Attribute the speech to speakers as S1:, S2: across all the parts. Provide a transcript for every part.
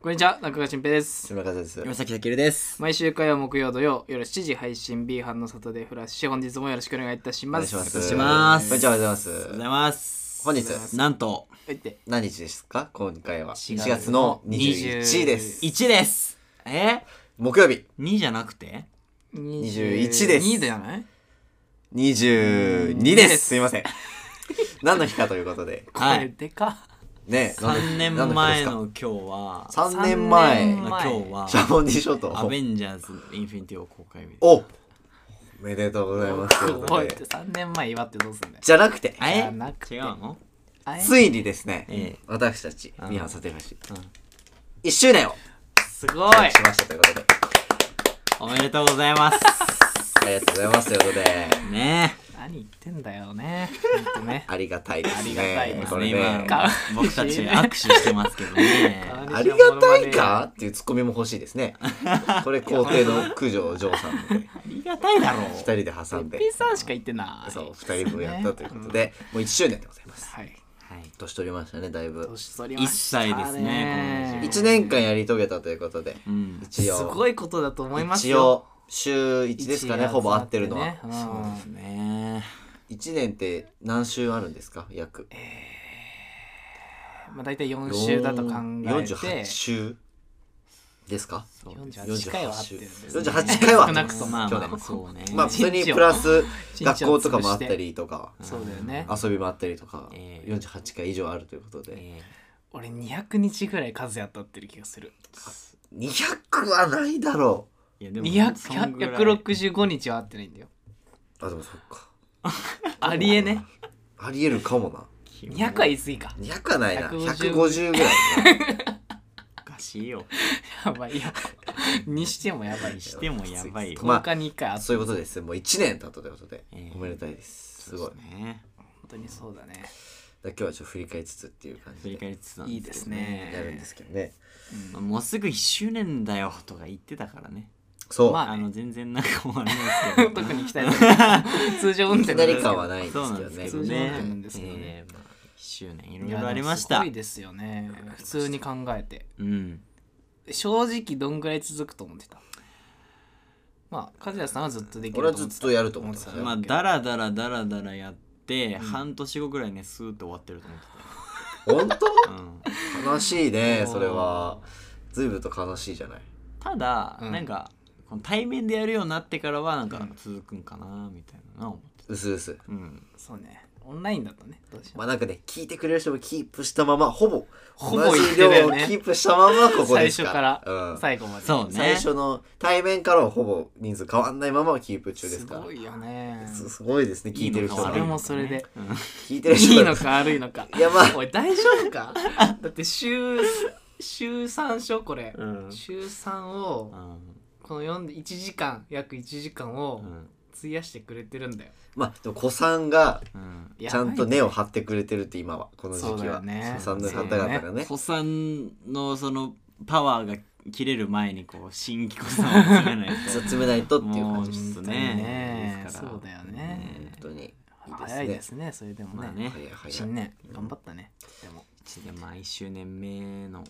S1: こんにちは中川新平です
S2: 村風です。
S3: 山崎健です。
S1: 毎週火曜木曜土曜夜7時配信 B 班のサタデーフラッシュ本日もよろしくお願いいたし
S2: お
S1: ま
S2: 願い
S1: す
S2: します。
S3: お願
S2: こんに
S3: いします
S2: ちは、おはようござい
S3: おはようご
S2: ま
S3: ざいます。
S2: 本日
S3: なんと
S1: はいって
S2: 何日ですか今回は。
S1: 4
S2: 4
S1: 月
S2: 月
S1: の
S2: の21です。
S3: 1です。え
S2: 木曜日。
S3: ?2 じゃなくて
S2: 21です
S1: 2じゃない
S2: 22です。すいません。何の日かということで。
S1: こ
S3: はい
S1: れでか、
S2: ね
S3: 3年前の。今日は、
S2: 3年前
S1: 三年。
S3: 今日は
S2: シ、ャボンディ諸
S3: アベ
S2: 島。
S3: ンジャーズインフィニティを公開日。
S2: おおめでとうございます。ということ
S1: 覚え
S2: で
S1: て3年前祝ってどうすんだよ
S2: じゃなくて、
S3: あ
S1: じゃ
S3: え
S1: なくて
S3: 違うの
S1: あれ
S2: ついにですね、
S3: ええ
S2: 私たち、
S3: うん
S2: ミハンサテガシ、
S3: うん
S2: 1周年を
S1: すごい
S2: 記念しましたということで、
S3: おめでとうござい ます。
S2: ありがとうございますということで、
S3: ね
S1: 何言ってんだよねほんとね
S2: ありがたいで
S1: あ
S2: すね。
S1: りがたいですね
S2: こ
S3: え。
S2: れね
S3: 今、僕たち握手してますけどね。
S2: ありがたいかっていうツッコミも欲しいで すね。これ皇帝の九条城さんで
S3: ありがたいだろ
S2: 二
S3: う。
S2: 人で挟んで
S1: ピ、ーさんしか言ってない
S2: そう二人分やったということで、もう一周年でございます。
S1: はい
S3: はい。
S2: 年取りましたねだいぶ。
S1: 年取りましたね
S3: 一歳ですね
S2: 一年間やり遂げたということで、
S3: うん。
S2: 一応
S1: すごいことだと思います
S2: 一
S1: よ
S2: 応週一ですかねほぼ合ってるのは。
S3: そうですね。
S2: 一年って何週あるんですか約。
S1: まあ、大体4週だと考えて
S2: 48週ですか。
S3: そうです
S1: 48回は合ってるんです、ね、
S2: 48回は合
S1: 少
S2: って
S1: な
S2: ま
S1: く
S2: す
S1: とも、
S3: まあ
S2: 去
S3: ま
S2: 年
S3: あ、そうね。
S2: まあそれにプラ ス
S1: 一日を
S2: 学校とかもあったりとか。
S1: そうだよね
S2: 遊びもあったりとか、
S3: ええ
S2: 48回以上あるということで、
S3: え
S1: 俺200日ぐらい数やったってる気がする
S2: 200はないだろ
S3: えいやでもそんぐらい
S1: 265日は合ってないんだよ
S2: うあでもそっか
S1: ありえね
S2: ありえるかもな
S1: 200は言い過ぎか
S2: 200はないな
S1: 150
S2: 150ぐらいだな
S3: おかしいよ。
S1: やばいよにしてもやばいし
S3: してもやばいよ。
S2: まあ
S1: 10日に1回あ
S2: そういうことですもう1年経ったということで、
S3: ええ
S2: おめでたいですすごいだか
S3: ね。
S1: 本当にそうだね
S2: ら今日はちょっと振り返りつつっていう感
S3: 振
S2: じ
S3: り
S2: で
S3: 返りつつなん
S1: いい
S3: です
S1: です
S2: やるん
S1: ね
S2: ですけどね
S3: まあもうすぐ1周年だよとか言ってたからね。
S2: そう、
S1: まあ
S3: あの全然なんか思われないですけど。
S1: 特に期 待される通常運転 なんで
S2: 何
S1: すけ
S2: か
S1: ど
S2: はないんですけ
S3: そう
S2: ど
S3: なんで
S2: ね
S3: す
S1: 通常
S3: けど
S1: 運
S3: ね。
S1: 転なんですけどね
S3: ええまあ1周年いろいろありまし
S1: いやでもすご
S3: た
S1: い。ですよね普通に考えて
S3: うん。
S1: 正直どんぐらい続くと思ってたまあ和也さんはずっとできる
S2: 俺はずっとやると思ってた
S1: 思っ
S2: よ
S1: てた
S3: まあ
S1: けど
S3: だらだらだらだらやって、半年後ぐらいねスーッと終わってると思って
S2: 本
S3: たよ。うん。
S2: 当悲しいねそれは随分と悲しいじゃない
S3: ただ、
S1: うん
S3: なんかこの対面でやるようになってからはなんか続くんかなみたいなのは思ってた。
S2: うすうす
S3: うん。
S1: そうねオンラインだとねどうしよう
S2: まあなんかね、聞いてくれる人もキープしたまま、ほぼ、
S1: ほぼ言ってる
S2: 同じ量
S1: よ
S2: を
S1: ね
S2: キープしたまま、ここ
S1: 最
S2: です
S1: 初
S2: か
S1: から
S2: うん
S1: 最後まで
S3: そうね。
S2: 最初の対面からはほぼ人数変わんないままキープ中ですすから。
S1: ごいよね
S2: すすごいですね、聞いてる人
S1: そ
S2: が
S1: れもそれで
S2: 聞いてる人
S1: いい
S2: が
S1: のか悪いのか
S2: いやまあ
S1: おい大丈夫かだって週週3しょこれ
S3: うん
S1: 週3を
S3: うん
S1: この4で1時間約1時間を
S3: うん
S1: 費やしてくれてるんだよ
S2: まあ、でも子さんが
S3: うん
S1: や
S2: ちゃ
S1: ばいね
S2: んと根を張ってくれてるって今は、この時
S1: そう
S2: 期
S1: だ
S2: は。
S1: よね
S2: 子さんの方々がね。
S3: 子さんのそのパワーが切れる前にこう新規子さんを詰めない
S2: そう
S3: と
S2: 詰めないとっていう
S3: も
S2: 感じ
S3: うち
S2: で
S3: ょ
S2: す。
S3: っ
S1: 本
S3: と
S1: 当に
S3: ね
S1: ね
S3: ですから
S1: そうだよね
S2: 本当に。いいですね。
S1: 早いですねそれでも
S3: ま
S1: ね
S3: あね
S2: 早い早
S1: 新
S2: い。
S1: 年頑張ったねでも
S3: でまあ1周年目の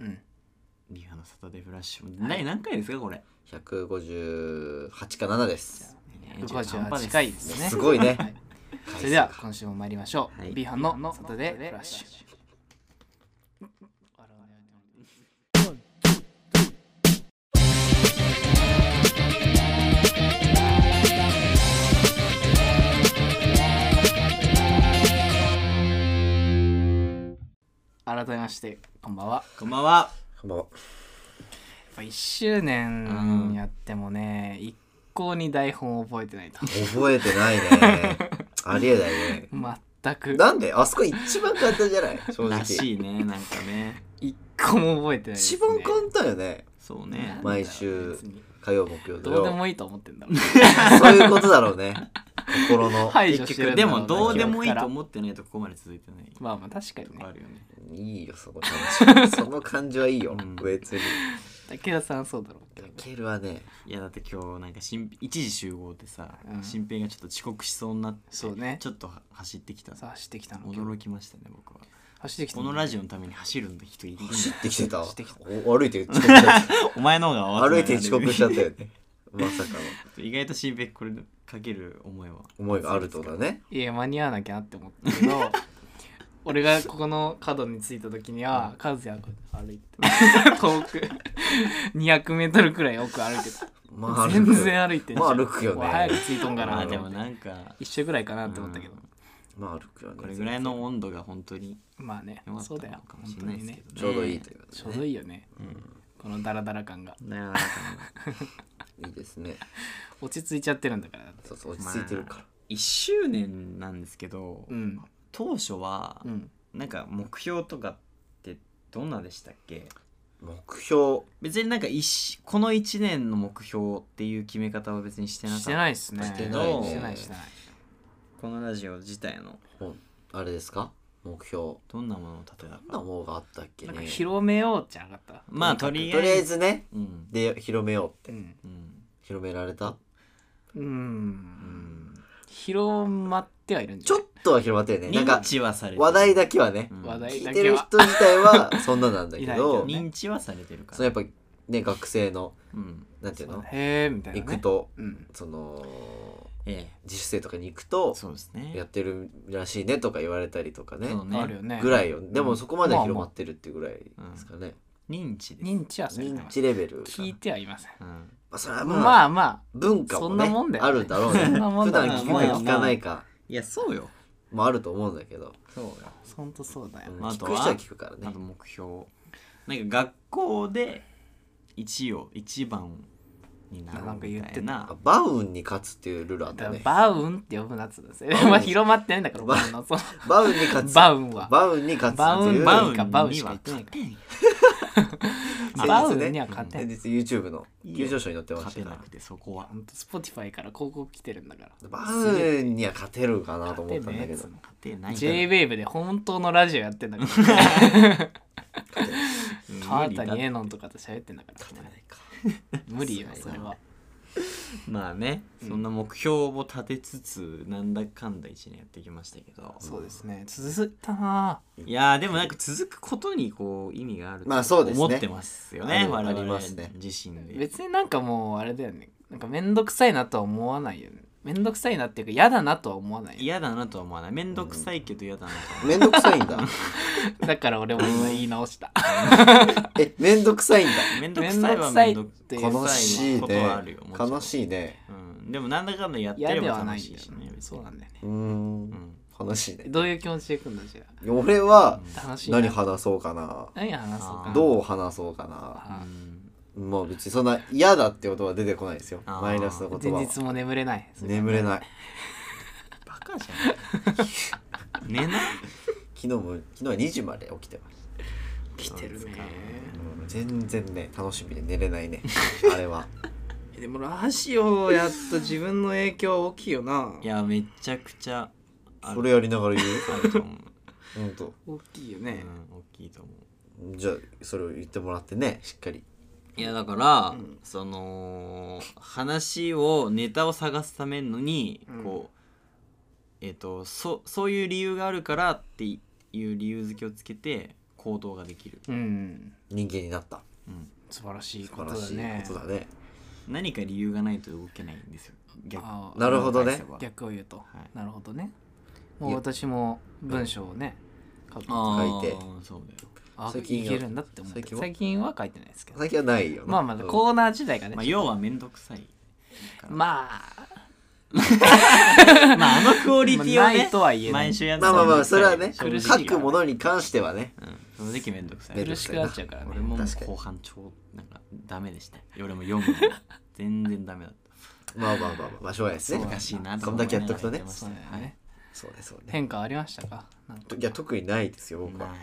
S1: うん
S3: 「リハのサタデーフラッシュ」第何回ですかこれ
S2: 158か7です。
S1: 158回ですね
S2: すごいね。
S1: はい
S2: 回数
S1: それでは今週も参りましょう、
S3: はい
S1: B 班のサタデーフラッシュ改めましてこんばんは
S3: こんばんは
S2: こんばんは
S1: やっぱ1周年やってもね、一向に台本を覚えて ないと
S2: 覚えてないね。ありえない ね。
S1: 全く
S2: なんであそこ一番簡単じゃない正
S3: ら
S2: 直。
S3: しいねなんかね
S1: 一個も覚えてないです、
S2: 一
S1: ね、
S2: 番簡単よね。
S3: そうね
S2: ま毎週
S1: 別に
S2: 火曜、木曜、
S1: ど
S2: 土
S1: うで
S2: 曜。
S1: もいいと思ってんだ ろう
S2: そういうことだろうね。心の。
S1: 排除
S3: 結
S1: してる
S3: 局
S1: んだ
S3: で
S1: ろう
S3: も
S1: な
S3: どうでもいい
S1: 記憶
S3: と
S1: か
S3: 思ってないとここまで続いてない
S1: らまあまあ確かにね
S3: あるよね
S2: いいよ、その 感じ。その感じはいいよ
S3: うん。
S2: 別に。
S1: 武田さんそうだろうけ
S2: い
S1: ど
S2: けるはね。
S3: いやだって今日なんかしん一時集合でさ
S1: うん
S3: 新平がちょっと遅刻しそうになって
S1: そうね
S3: ちょっとは走ってきた
S1: さあしてきたの今日
S3: 驚きましたね僕は
S1: 走ってきた
S3: このラジオのために走るんだ人いるんだ
S2: 走ってきてた
S1: 走ってきた
S2: お歩いて遅刻しちゃった
S3: お前の方が慌て
S2: 歩
S3: ない
S2: て遅刻しちゃったよねまさかの
S3: 意外と新平これかける思いは
S2: 思いがあるってことだね
S1: いや間に合わなきゃなって思ったけ ど俺がここの角に着いた時には和也が歩いて 遠く 200m くらい奥歩いてた
S2: まあ
S1: 全
S2: 歩く
S1: 然歩いてんじゃん
S2: まあ歩くよね
S1: もう早く着いとんか
S3: ま
S1: な
S3: あ
S1: と
S3: で
S1: 思
S3: も
S1: って
S3: なんか
S1: 一緒ぐらいかなって思ったけど、
S2: まあ歩くよね
S3: これぐらいの温度が本当に
S1: まあね
S3: 良かった
S1: そうだよ
S3: のかも
S1: 本
S3: しれ
S1: 当
S3: ないで
S1: に
S3: すけ
S1: ね
S3: どね
S2: ちょうどいいということで
S1: ちょうどいいよね、このダラダラ感が
S3: ね
S2: いいですね
S1: 落ち着いちゃってるんだから
S2: そうそう落ち着いてるから、
S3: 1周年なんですけど、
S1: うん
S3: 当初は
S1: うん
S3: なんか目標とかってどんなでしたっけ
S2: 目標
S3: 別になんか一この1年の目標っていう決め方は別にしてなかっ
S1: したてないっすね
S2: して
S3: ないね
S1: してないしてない
S3: このラジオ自体の
S2: ほんあれですか目標
S3: どんなものを立てた
S2: どんな
S3: か
S2: ものがあったっけ
S1: なんか
S2: ね
S1: 広めようじゃなかった
S3: まあ
S1: と
S3: と
S1: にか
S2: と
S3: り
S2: りあ
S3: あ
S2: え
S3: えず
S2: ずね
S3: うん
S2: で広めようって
S1: くうん
S3: うん
S2: 広められた
S1: う
S3: うんん
S1: 広まってはいるんじ
S2: ち
S1: ゃ
S2: ょ
S1: な
S2: っ
S1: い
S2: とは広まってるねなん
S3: 認
S2: か
S3: 知はされてる
S2: 話題だけはね、
S3: うん
S1: 話題
S2: 聞
S1: だ
S2: いて
S1: け
S2: る
S1: は
S2: 人自体はそんななんだけ
S1: いないけど
S2: ど
S1: ね
S3: 認知はされてるか
S2: その
S3: ら
S2: やっぱね学生の
S3: うん
S2: なんていうの
S1: へえみたいな、
S2: 行
S1: ね、
S2: くと
S1: うん
S2: その
S3: え
S2: 自主生とかに行くと
S3: えそうですね
S2: やってるらしいねとか言われたりとかね
S3: そう
S1: あるよ
S3: ね
S1: ね
S2: ぐらいよで
S3: う
S2: も
S3: ん
S2: そこまで
S1: まあまあ
S2: 広まってるってぐらいですかね、
S3: 認知です
S1: 認知はされて
S2: 認
S1: ます
S2: 知レベルかな
S1: 聞いてはいません
S3: うん
S2: まあ、それはまあ、
S1: まあま
S2: 文化も、ね、
S1: そんなもんだよね
S2: あるだろうね
S1: そんなもん
S2: 普
S1: だ
S2: 段
S1: よ
S2: 聞くか聞かないか
S3: いやそうよ
S2: もあると思うんだけど、
S3: そうよ
S1: あほんとそうだよ
S2: うん
S3: まああ
S2: 聞
S3: と
S2: く
S3: は
S2: 人は聞くからね
S3: あと目標なんか学校で一を一番にな
S1: な
S3: ろ
S1: ん
S3: う
S1: か
S3: み
S1: 言ったてた
S3: いな
S2: あバウンに勝つっていうルールあっ
S1: だか
S2: た
S1: ら
S2: ね
S1: バウンって呼ぶなっつうんですよ
S2: バウン
S1: まあ広まってないんだから
S2: バ
S1: 俺のその
S2: バウンに勝つ
S1: バウンは
S2: バウンに勝つ
S1: バウ
S2: ってい
S1: ン
S2: う
S1: バ
S3: バ
S1: ウ
S3: ウ
S1: ン
S3: ン
S1: か
S3: か
S1: バ
S3: バ
S1: ウ
S3: ウ
S1: ン
S3: ン
S1: し
S3: し
S1: か
S3: か
S1: 言っ
S3: 言ってて
S1: な
S3: ないい
S1: か
S3: から
S1: バウンには勝て
S2: 先
S1: ない
S2: 日 YouTube の急上昇に載ってま
S3: 勝
S2: した
S3: て
S2: ね
S3: なくてそこは
S1: ほんとスポティファイから広告来てるんだから
S2: バウンには勝てるかなと思ったんだけど
S1: 勝てね
S3: 勝てない
S1: JWAVE で本当のラジオやってんだから
S3: うん
S1: 川谷絵
S3: 無理だ
S1: 音とかと喋ってんだから
S2: 勝てないか
S1: 無理よそれは
S3: まあねそんな目標を立てつつなんだかんだ一年やってきましたけど
S1: そうですね続いたない
S3: やーでもなんか続くことにこう意味があると
S2: まあそうですね
S3: 思ってますよね
S2: ある
S3: 我
S2: あり
S3: 々
S2: ますね
S3: 自身で
S1: 別になんかもうあれだよねなんかめんどくさいなとは思わないよねめんどくさいなっていうか嫌だなとは思わないよ
S3: 嫌だなとは思わないめんどくさいけど嫌だなとは思わな
S2: め
S3: い
S2: んどくさいんだ
S1: だから俺も今言い直した
S2: えめんどくさいんだ
S3: めんどくさいはめんどく
S1: めんどくさいって
S2: 悲しい
S3: ことはある
S2: ね
S3: よもちろん
S2: 悲しいね
S3: うん、でもなんだかんだやって
S1: 嫌
S3: れ
S1: で
S3: ば
S1: はな
S3: 楽
S1: い
S3: し
S1: ん
S3: い
S1: だ
S3: し
S1: よ
S3: ね
S1: ね
S3: 別に
S1: そうなんだよね
S2: うーん
S3: うん
S2: 悲しいね
S1: どういう気持ちでいくんだじゃ
S2: 俺は
S1: あ楽しいな
S2: 何話そうかな
S1: 何話そうか
S3: あー
S2: どう話そうかな
S1: あ
S2: もう別にそんな嫌だってことは出てこないですよ
S3: あー
S2: マイナスの
S1: ー
S2: 言葉
S1: 前
S2: は
S1: 日も眠れない
S2: 眠れない
S3: バカじゃん 寝ない
S2: 昨日も昨日は2時まで起きてまし
S1: 来てるね
S2: たうん全然ね楽しみで寝れないねあれは
S1: でもラジオやった自分の影響は大きいよない
S3: やめちゃくちゃあ
S2: そ
S3: る
S2: れやりながら言う
S3: あると 思う、
S2: ほんと
S1: 大きいよ
S3: うん
S1: ね、
S3: 大きいと思う
S2: じゃあそれを言ってもらってねしっかり
S3: いやだから、
S1: うん
S3: その話をネタを探すためのに、
S1: うん
S3: こうえっ、とそそういう理由があるからっていう理由付けをつけて行動ができる、
S1: うん、
S2: 人間になった
S3: うん、
S1: 素晴らしい
S2: 素
S1: こ
S2: 晴
S1: と
S2: ら
S1: だ
S2: しい
S1: ね
S2: ことだね
S3: 何か理由がないと動けないんですよ逆
S1: あー
S2: なるほどね
S3: 返せば
S1: 逆を言うと、
S3: い
S1: なるほどねも
S2: いうや
S1: 私も文章をね書くと
S3: あー
S2: 書いて
S3: そうだよ
S1: あ
S2: 最近
S1: いけるんだって思って
S2: 最
S1: 最
S2: 近
S1: 近
S2: は
S1: は書いてないですけど
S2: 最近はないよな
S1: まあまだ
S2: うん
S1: コーナー時代がね、
S3: まあ、要はめんどくさいから
S1: まあ
S3: まあ、あのクオリティをね、
S1: まあないとは言えない
S3: 毎週やって
S2: まあまあまあそれはね
S3: 正直
S1: 苦しい
S2: 書くものに関してはね
S3: うん、正直めんどくさい。
S2: めん
S1: 苦
S2: ど
S1: し
S2: さ
S1: く
S2: いな
S1: なっちゃうから
S3: 俺
S1: ね
S3: ももう
S2: 確かに
S3: 後半超、なんか、ダメでした。俺も読むの全然ダメだっ
S2: まあまあまあまあまあしょうがないです
S3: た。
S2: ね
S3: 難しいなと
S2: こん
S3: 思
S2: だ
S3: いな
S2: け
S3: が
S2: や
S3: ら
S2: っとくとね
S3: やってました
S1: そうだよね、
S2: そうねそうね
S1: 変化ありましたかなんか
S2: いや特にないですよ僕は
S3: は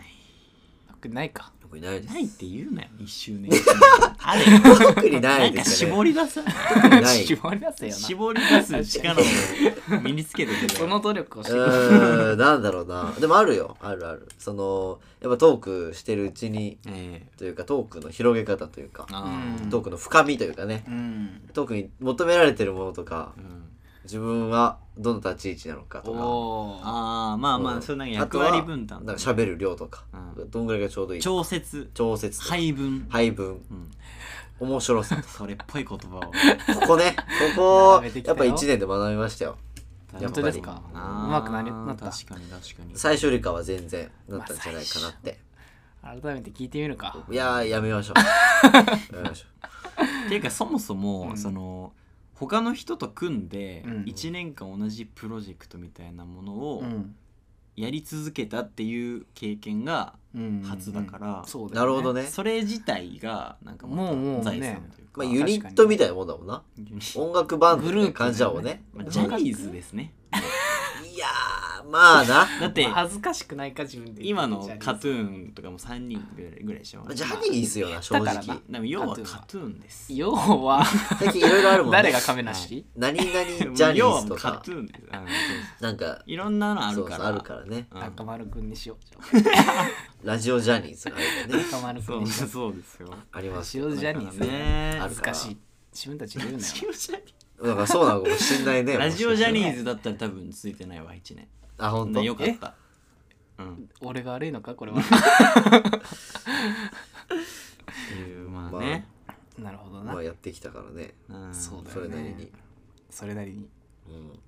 S1: 特にないか
S2: 特にない
S3: い。
S2: です
S3: ないって言うなよ、一周年。 あれよ
S2: 特にな
S3: ないんか
S2: ですよ
S3: 絞
S2: ね
S3: り出さない。
S2: 特にない
S1: 絞り出せよな
S3: 絞り出す力を身につけてくれ
S1: その努力をして
S2: うーんなんだろうなでもあるよあるあるそのやっぱトークしてるうちに
S3: ええ
S2: というかトークの広げ方というか
S3: あ
S1: うん
S2: トークの深みというかね
S1: うん
S2: トークに求められてるものとか
S3: あ。うん。
S2: 自分はどの立ち位置なのかとか
S1: おー
S3: ああまあま
S2: う
S3: あ
S2: ん
S3: それなんか役割分担
S2: あとはなんか喋る量とか、
S3: う
S2: どんぐらいがちょうどいい
S3: 調節
S2: 調節とか
S3: 配分、
S2: 配分
S3: うん、
S2: 面白さと
S3: それっぽい言葉 を
S2: ここねここ
S1: 並べてきた
S2: やっ
S1: よ
S2: ぱ1年で学びましたよ
S1: 本当ですかう
S3: あー
S1: まくなりなった
S3: 確かに確かに
S2: 最初よりかは全然なったんじゃないかなって、
S1: 改めて聞いてみるか
S2: いやーやめましょうやめましょう
S3: っていうかそもそも、
S1: うん
S3: その他の人と組んで
S1: うん
S3: 1年間同じプロジェクトみたいなものを
S1: うん
S3: やり続けたっていう経験が
S1: うん
S3: 初だから
S1: うんそうだ
S2: な
S1: よ
S2: るほどね
S3: それ自体がなんか
S1: もうもう
S3: ま
S1: ね
S3: た財産というか、
S2: まあ、
S1: ゆ
S2: ユニットみたいなもんだもんな
S3: ユニ
S2: 音楽バンドみ
S1: グル
S2: た
S1: ー
S2: いな
S1: プ
S2: 感じだもんね
S3: まあジャニーズですね
S2: いやーまあな
S3: だって
S1: まあ恥ずかしくないか自分で
S3: 今の
S1: ジャニーズ
S3: カトゥーンとかも3人ぐらいぐらいでしょ
S2: ジャニーズよな正
S1: だから
S2: 直
S1: な
S3: でも要は
S1: カトゥーンは
S3: カトゥーンです
S1: 要は
S2: 最近いろいろあるもんね
S1: 誰が亀梨
S2: 何々ジャニ
S3: 要
S2: ー
S3: は
S2: ズ
S3: も
S2: と
S3: うカ
S2: か
S3: トゥーンですあのそうそう
S2: なんか
S3: いろんなのあるから
S2: そうそうあるからね
S3: うん
S1: 中丸くんにしよ
S2: ラジオジャニーズがあるから
S1: う
S2: ね
S1: 中丸く
S3: そ
S1: んに
S3: う
S1: しよ
S3: そうですよ
S2: あり
S1: う
S2: ます
S1: 塩ジャニーズ
S3: だからね
S2: ある
S1: 恥ずかしい自分たちで言うな よ
S3: 塩ジャニーズ
S2: だからそうなのかもしんないね
S3: ラジオジャニ
S2: ズ
S3: ーズだったら多分ついてないわ1年
S2: あ
S3: そ
S2: 本
S3: ん
S2: 当
S3: なよかったうん
S1: 俺が悪いのかこれは
S3: っていうまあね、
S1: なるほど
S2: ま
S1: な
S2: あやってきたからね
S3: うん
S1: そうだ
S2: そ
S1: よ
S2: れなり
S1: ね
S2: に
S1: それなりに
S2: うん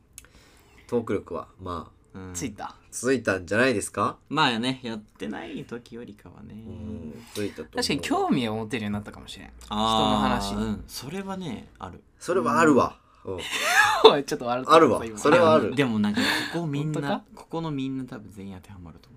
S2: トーク力はまあ
S3: うん
S1: ついた
S2: 続いたんじゃないですか
S3: まあねやってない時よりかはね
S2: うん続いたと思う
S1: 確かに興味を持てるようになったかもしれん
S3: あー
S1: 人の話
S3: うんそれはねある
S2: それはあるわうん
S1: おいちょっと笑ってた
S2: あるわ
S1: 今
S2: それはある
S3: でもなんかここみん
S1: 本当
S3: な
S1: か
S3: ここのみんな多分全員当てはまると思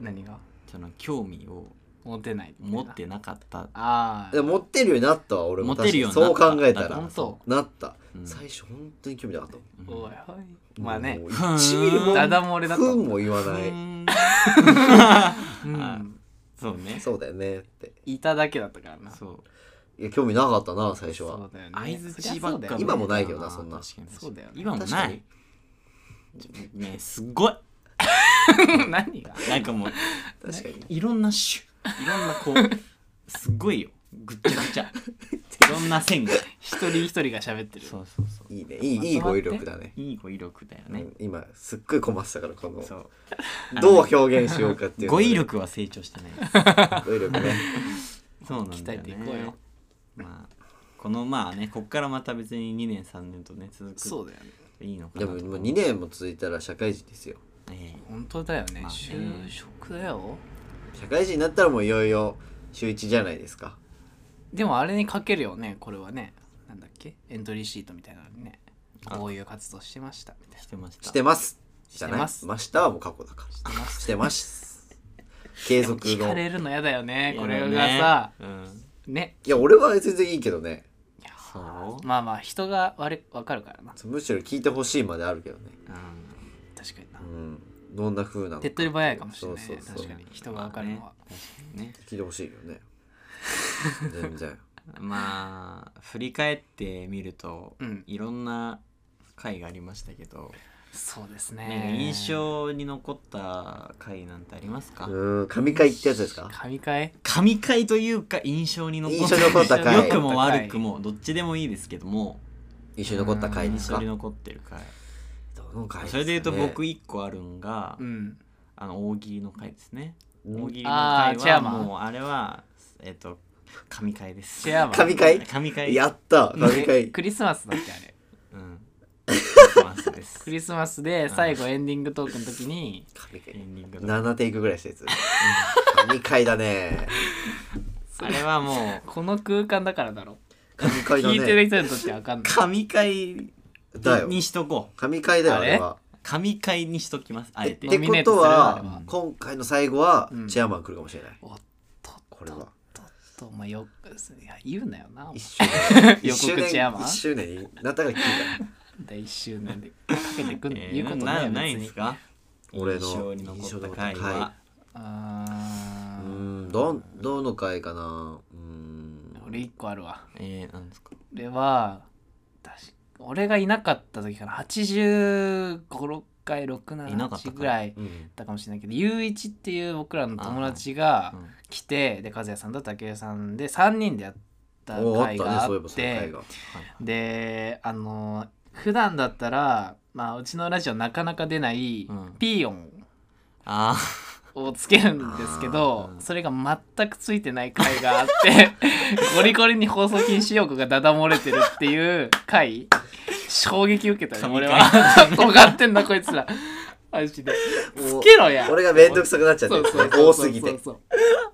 S3: う
S1: 何が
S3: その興味を
S1: 持てないみた
S3: 持
S1: いな
S3: ってなかった
S1: ああ
S2: でも持ってるようになったわ俺も
S3: 持てるようにな
S2: 確
S3: っ
S2: かにそ
S3: た
S2: う考えた
S3: だから
S2: ら
S1: 本当
S2: なった
S3: うん
S2: 最初本当に興味なかったもん
S3: うん
S1: おいおいまあね
S2: もう
S3: 1ミリも
S1: ダダ漏れだった
S2: ふんも言わ
S3: う
S2: ない
S3: ん
S1: う
S3: あ
S1: ん
S3: そうね
S2: そうだよねって
S1: いただけだったからな
S3: そう
S2: いや興味なかったな最初
S1: そ
S2: は
S1: うだよね
S3: 相槌ばっ
S1: そ
S3: か
S1: りゃそうだよね
S2: 今もないけどなそんな
S3: 確かに
S1: そうだよね
S3: 今も
S2: 確か
S3: な
S2: に
S3: いねすごい
S1: 何が
S3: なんかもう
S2: 確かに
S3: いろんな種いろんなこうすごいよぐっちゃぐ ちゃいろんな線が
S1: 一人一人が喋ってる
S3: そうそうそう
S2: いいねいいいい
S1: まとま
S2: 語
S1: って
S2: 彙力だね
S3: いい語彙力だよ
S2: う
S3: ね
S2: ん今すっごい困ってたからこの
S3: そう
S2: どう表現しようかっていうの
S3: 語
S2: で
S3: 彙力は成長してない
S2: 語彙力ね
S3: そうなんだよ
S1: 鍛えていこう
S3: ね
S1: よ
S3: まあこのまあねこっからまた別に2年3年とね続く
S1: そうだよね
S3: いいのか
S2: で
S3: な
S2: も
S3: と
S2: もう2年も続いたら社会人ですよ
S3: え
S1: 本当だよね
S3: まあね
S1: 就職だよ
S2: 社会人になったらもういよいよ週一じゃないですか
S1: でもあれにかけるよねこれはねなんだっけエントリーシートみたいなのにね
S3: あ
S1: こういう活動してましたみた
S3: え
S1: い
S3: してました
S2: してます
S1: し
S2: じ
S1: て
S2: ゃない
S1: ます
S2: ましたはもう過去だから
S1: なしてます
S2: し てます継続
S1: 聞か
S2: のい
S1: れるのやだよねこれ
S3: い
S1: が
S3: や
S1: さ
S3: だねうん
S1: ね
S2: や俺は全然いいけどね
S3: そう
S1: まあまあ人がわれわかるからな
S2: むしろ聞いてほしいまであるけどね
S3: うん
S1: 確かにな
S2: うんどんな風なの
S1: 手っ取り早いかもしれないね
S2: そうそうそ
S1: 確
S2: う
S1: かに人がわかるのは
S3: まあね確かにね
S2: 聞いてほしいよね 全然
S3: まあ振り返ってみると、
S1: うん
S3: いろんな回がありましたけど、
S1: そうです
S3: なんか
S1: ね
S3: 印象に残った回なんてありますか、
S2: うん神回ってやつですか
S1: 神回
S3: 神回というか印象に残った
S2: 印象に残った回
S3: 良くも悪くもどっちでもいいですけども
S2: 一緒に残った回で
S3: 印
S2: す
S3: 象
S2: か
S3: に残ってる回
S2: どの回ですかね
S3: それで言うと僕一個あるんが、
S1: うん
S3: あの大喜利の回ですね
S2: うん
S3: 大喜利の
S1: あー
S3: 回
S1: チェ
S3: は
S1: アマン
S3: もうあれはえっと神回です
S1: チェアマン
S2: 神回
S3: 神回
S2: やった神
S1: え
S2: 回
S1: クリスマスだっけあれ
S3: うんクリスマスです
S1: クリスマスで最後エンディングトークの時に
S2: 神
S3: エ
S2: 回
S3: ンディングの
S2: 7テイクぐらいしたやつ神回だね
S3: あれはもう
S1: この空間だからだろ
S2: 神回だ
S1: 聞いてる
S2: ね
S1: 人にとってわかんない
S3: 神回
S2: だよ
S3: にしとこう
S2: 神回だよ
S1: あ
S2: あ
S1: れ
S2: れは
S3: 神回にしときますあえて
S2: ってこと
S1: ノミネートするのあれ
S2: は
S1: は
S2: 今回の最後は
S1: うん
S2: チェアマン来るかもしれない
S1: おっとっ
S2: これは
S1: とっとお前よいや言うなよな
S2: 一周年
S1: 予告
S2: 一周年
S1: チェアマン
S2: 一周年になったから聞いた
S1: 第一周年でかけてくんの、
S3: えー
S1: 言うこと
S3: な
S1: ないよ
S3: ない
S1: 別
S3: んで
S1: に
S3: すか
S2: 俺の
S3: 印象に残った回
S2: 印象に残っ
S3: は
S1: あ
S2: う
S1: ー
S2: んどんどの回かなうん
S1: 俺一個あるわ
S3: えー、なんですか
S1: 俺は確か俺がいなかった時かな856回
S3: いなかっ
S1: 678
S3: たか
S1: ぐらいだ
S2: うん
S1: ったかもしれないけどゆういちっていう僕らの友達が
S3: うん
S1: 来てで和也さんと竹内さんで3人でやった
S2: おーあっ
S1: 回
S2: たね
S1: が
S2: そうい
S1: あっ
S2: えばその回
S1: て
S2: が
S1: であのー普段だったら、まあ、うちのラジオなかなか出ない
S3: うん
S1: ピーヨン
S3: あ
S1: をつけるんですけど
S3: あ、ーうん
S1: それが全くついてない回があって ゴリゴリに放送禁止用語がダダ漏れてるっていう回衝撃受けたね俺は 尖ってんなこいつらマジでつけろや
S2: 俺がめんどくさくなっちゃってる
S1: そうそうそうそう
S2: 多すぎて
S1: そう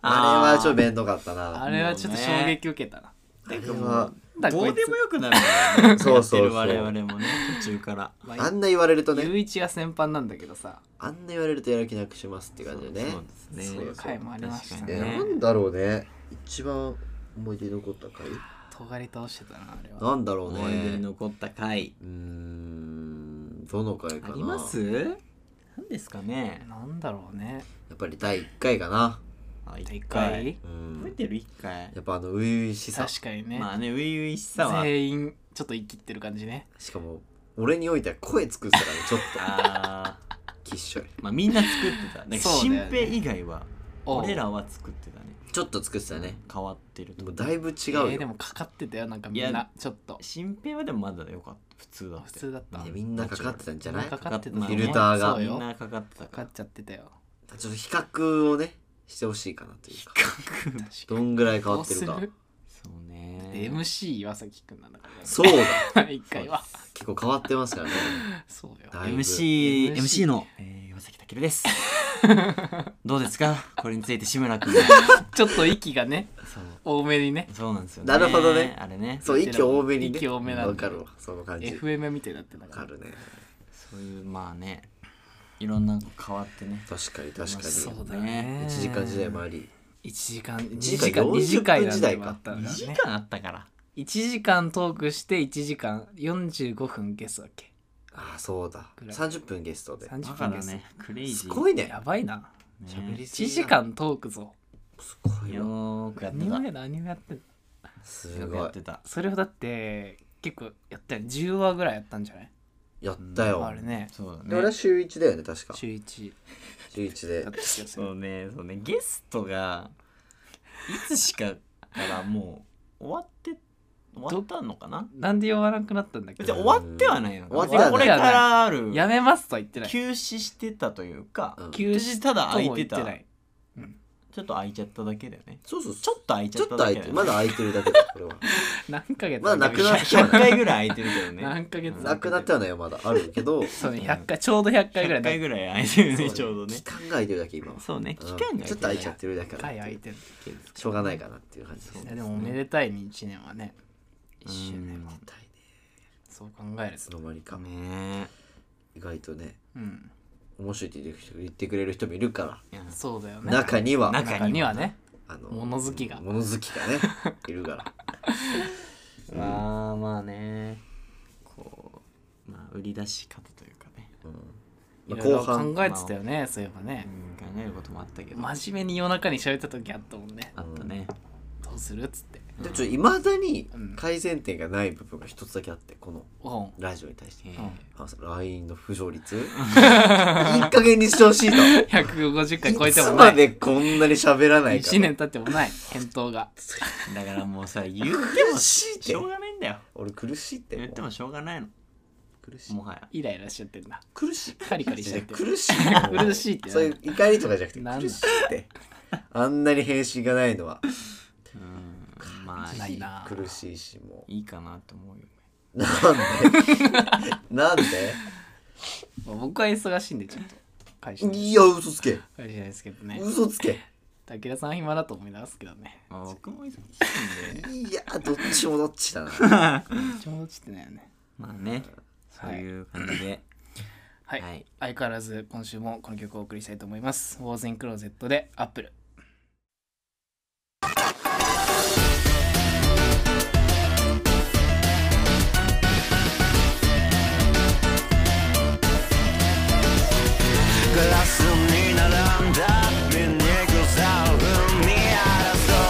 S2: あれはちょっと
S3: と
S2: めんどかったな
S1: あれはちょっと衝撃受けたな、
S2: あれは
S1: だから
S3: ど
S1: こいうつ
S3: でもよくなるよ ね
S2: そうそうそう
S3: やってる我々もね途中から
S1: ま
S2: あ
S1: あ
S2: んな言われると
S1: ゆ
S2: ね
S1: ういちが先輩なんだけどさ
S2: あんな言われるとやる気なくしますって感じだよね
S3: そうですね
S1: そういう回もありましたね
S3: 確
S2: え
S3: かに
S2: なんだろうね一番思い出に残った回
S1: 尖り倒してたなあれは
S2: なんだろう
S3: 思い出に
S2: ね
S3: 残った回
S2: うーんどの回か
S3: あ
S2: な
S3: ります何ですかね
S1: なんだろうね
S2: やっぱり第1回かな
S3: あ
S1: 一
S3: 一
S1: 回
S2: う
S3: 覚え
S2: ん
S3: てる一回
S2: やっぱあの初々しさ
S1: 確かにね、
S3: まあね初々しさは
S1: 全員ちょっと生きってる感じね
S2: しかも俺においては声作ってたからねちょっ
S3: あー
S2: ときっしょい
S3: まあみんな作ってたね
S1: そう
S3: 新
S1: だよね
S3: 平以外は
S1: おう
S3: 俺らは作ってたね
S2: ちょっと作ってたね
S3: 変わってる
S2: で
S3: と
S2: もだいぶ違うよ、
S1: えーでもかかってたよなんかみん
S3: い
S1: な
S3: や
S1: ちょっと
S3: 新平はでもまだよかった普通だって
S1: 普通だった
S2: ねみんなかかってたんじゃない
S1: みんな
S2: ち
S1: かかってた
S3: まあ
S2: フィルターが
S1: そう
S3: み
S1: よ
S3: ん
S1: か
S3: なかかってたか
S1: からっちゃってた よ
S2: ょっと比較をねしてほしいかなというか
S1: 確か
S2: どんぐらい変わ
S1: どう
S2: って
S1: す
S2: るか
S1: る
S3: そうね
S1: MC 岩崎くんなんだか
S2: そうだ
S1: らね一回は
S2: 結構変わってますからね
S1: そうよ
S2: だいぶ
S3: MC,
S1: MC
S3: MC の、えー、岩崎健です どうですかこれについて志村君が
S1: ちょっと息がね
S3: そう
S1: 多めにね
S3: そうなんですよ、ね、
S2: なるほどね
S3: あれね
S2: そう息多めにね
S1: 息多めなんだ
S2: わかるわその感じわ
S1: FM みたいになってた
S2: か
S1: から
S2: るね
S3: そういうまあねいろんな変わってね
S2: 確かに確か
S3: そ
S2: に
S3: う
S2: 1時間時代もあり
S1: 1時間2
S2: 時
S1: 時
S2: 間
S1: 間2時間
S2: 40分時代か
S3: 2時間あったから
S1: 1時間トークして1時間45分ゲストだっけ
S2: ああそうだ
S1: ぐらい
S2: 30分ゲストで
S1: 30
S3: だ
S1: 分
S3: から
S1: ゲスト
S3: ねクレイジー
S2: すごいね
S1: やばいな
S3: ね
S2: 喋りす
S1: 1
S2: ぎだ
S1: 時間トークぞ
S2: すごい
S3: よ
S2: わ
S3: ーくやって
S1: 何を
S3: た
S1: や何をやってんの
S2: す
S3: よく
S2: ご
S3: や
S2: い
S3: ってた
S1: それをだって結構やったよね10話ぐらいやったんじゃない
S2: やったよ
S1: あれね
S3: そう
S2: で俺
S3: だ
S2: は
S3: ね
S2: 週1だよね確か
S1: 週1
S2: 週1
S1: だ
S2: で
S1: った気がす
S3: そ
S1: る
S3: うねそうねゲストがいつしかからもう終わって終わったのかな
S1: なんで呼ばなくなったんだっけ
S3: じゃあ終わってはないのかな
S2: 終わってはない
S3: これからある
S1: やめますとは言ってない
S3: 休止してたというか、
S2: うん
S1: 休止
S3: ただ
S1: と
S3: 空い
S1: も言
S3: て
S1: って
S3: た
S1: ない
S3: ちょっと空いちゃっただけだよね
S2: そうそう
S3: ちょっと空いち
S2: ち
S3: ゃ
S2: ょ
S3: っ
S2: ったと
S3: だ
S2: 空
S3: け
S2: いて
S3: だ
S2: る
S3: よね
S2: まだ空いてるだけだこれは
S1: 何ヶ月
S2: まだなくなっ
S1: っ
S2: ちゃう
S3: 100回ぐらい空いてるけどね
S1: 何ヶ月
S2: なくなってはないよまだあるけど
S1: そうね100回ちょうど100回ぐらい
S3: 100回
S1: ね
S3: ぐらい空いてる
S2: そう
S3: ね
S2: ね
S3: ちょうどね
S2: 期間が空いてるだけ今は
S3: そうね期間
S2: うん
S3: が
S2: ちょっと空いちゃってるだけ
S1: 100
S2: だ
S1: 回空いてる
S2: しょうがないかなっていう感じです
S1: い
S2: ね
S1: やでもおめでたいに1年はね1周年は
S3: うん
S2: 痛いね
S1: そう考える
S2: いつ
S1: と
S2: の間にか
S3: ね
S2: 意外とね
S1: うん
S2: 面白いって言ってくれる人言ってくれる人もいるか
S3: え
S1: そうだよ
S2: ら
S1: ね
S2: 中には
S3: 中
S1: 中にはね
S2: あの
S1: 物好きが
S2: 物好き がねいるから
S3: まあまあねこうまあ売り出し方というかね、
S1: い
S2: まあ
S1: ろいろ
S2: 後半
S1: 考えてたよねそういえばね
S3: うん考えることもあったけどあ
S1: 真面目に夜中に喋った時あったもんね
S3: ったね
S1: どうするっつって
S2: でもちょっといまだに
S1: うん
S2: 改善点がない部分が一つだけあってこの
S1: おん
S2: ラジオに対して
S3: え
S1: うん
S2: あそう LINE の不 条率いい加減にしてほしいと
S1: 150回超えて
S2: い
S1: もな
S2: つま
S1: い
S2: でこんなに喋らないか
S1: 1年経ってもない返答が
S3: ーだからもうさ言ってもし
S2: しいって
S3: しょうがないんだよ
S2: 俺苦しいって
S3: 言ってもしょうがないの
S2: 苦しい
S3: もはや
S1: イライラしちゃってるな
S2: 苦しい
S1: カリカリしちゃってる
S2: 苦しい
S1: 苦しいって
S2: そういう怒りとかじゃな
S1: な
S2: く
S1: んだ
S2: て苦しいってあんなに返信がないのは
S3: うんまあ
S1: ないい
S3: い
S1: な
S2: 苦しいしも
S3: いいかなと思うよ
S2: うなんで なんで
S1: 僕は忙しいんでちょっと会社
S2: い
S1: に
S2: や嘘つけ
S1: 会社ですけどね
S2: 嘘つけ
S1: 武田さんは暇だと思いますけどね
S3: まあ僕も忙しいん
S2: い
S3: で
S2: やどっちもどっちだ な
S1: ちょうどちってないよね
S3: まあねそういう感じで
S1: はい、
S3: はい
S1: 相変わらず今週もこの曲をお送りしたいと思いますウォーズインクローゼットでアップル
S4: グラスに並んだビニールサウンに争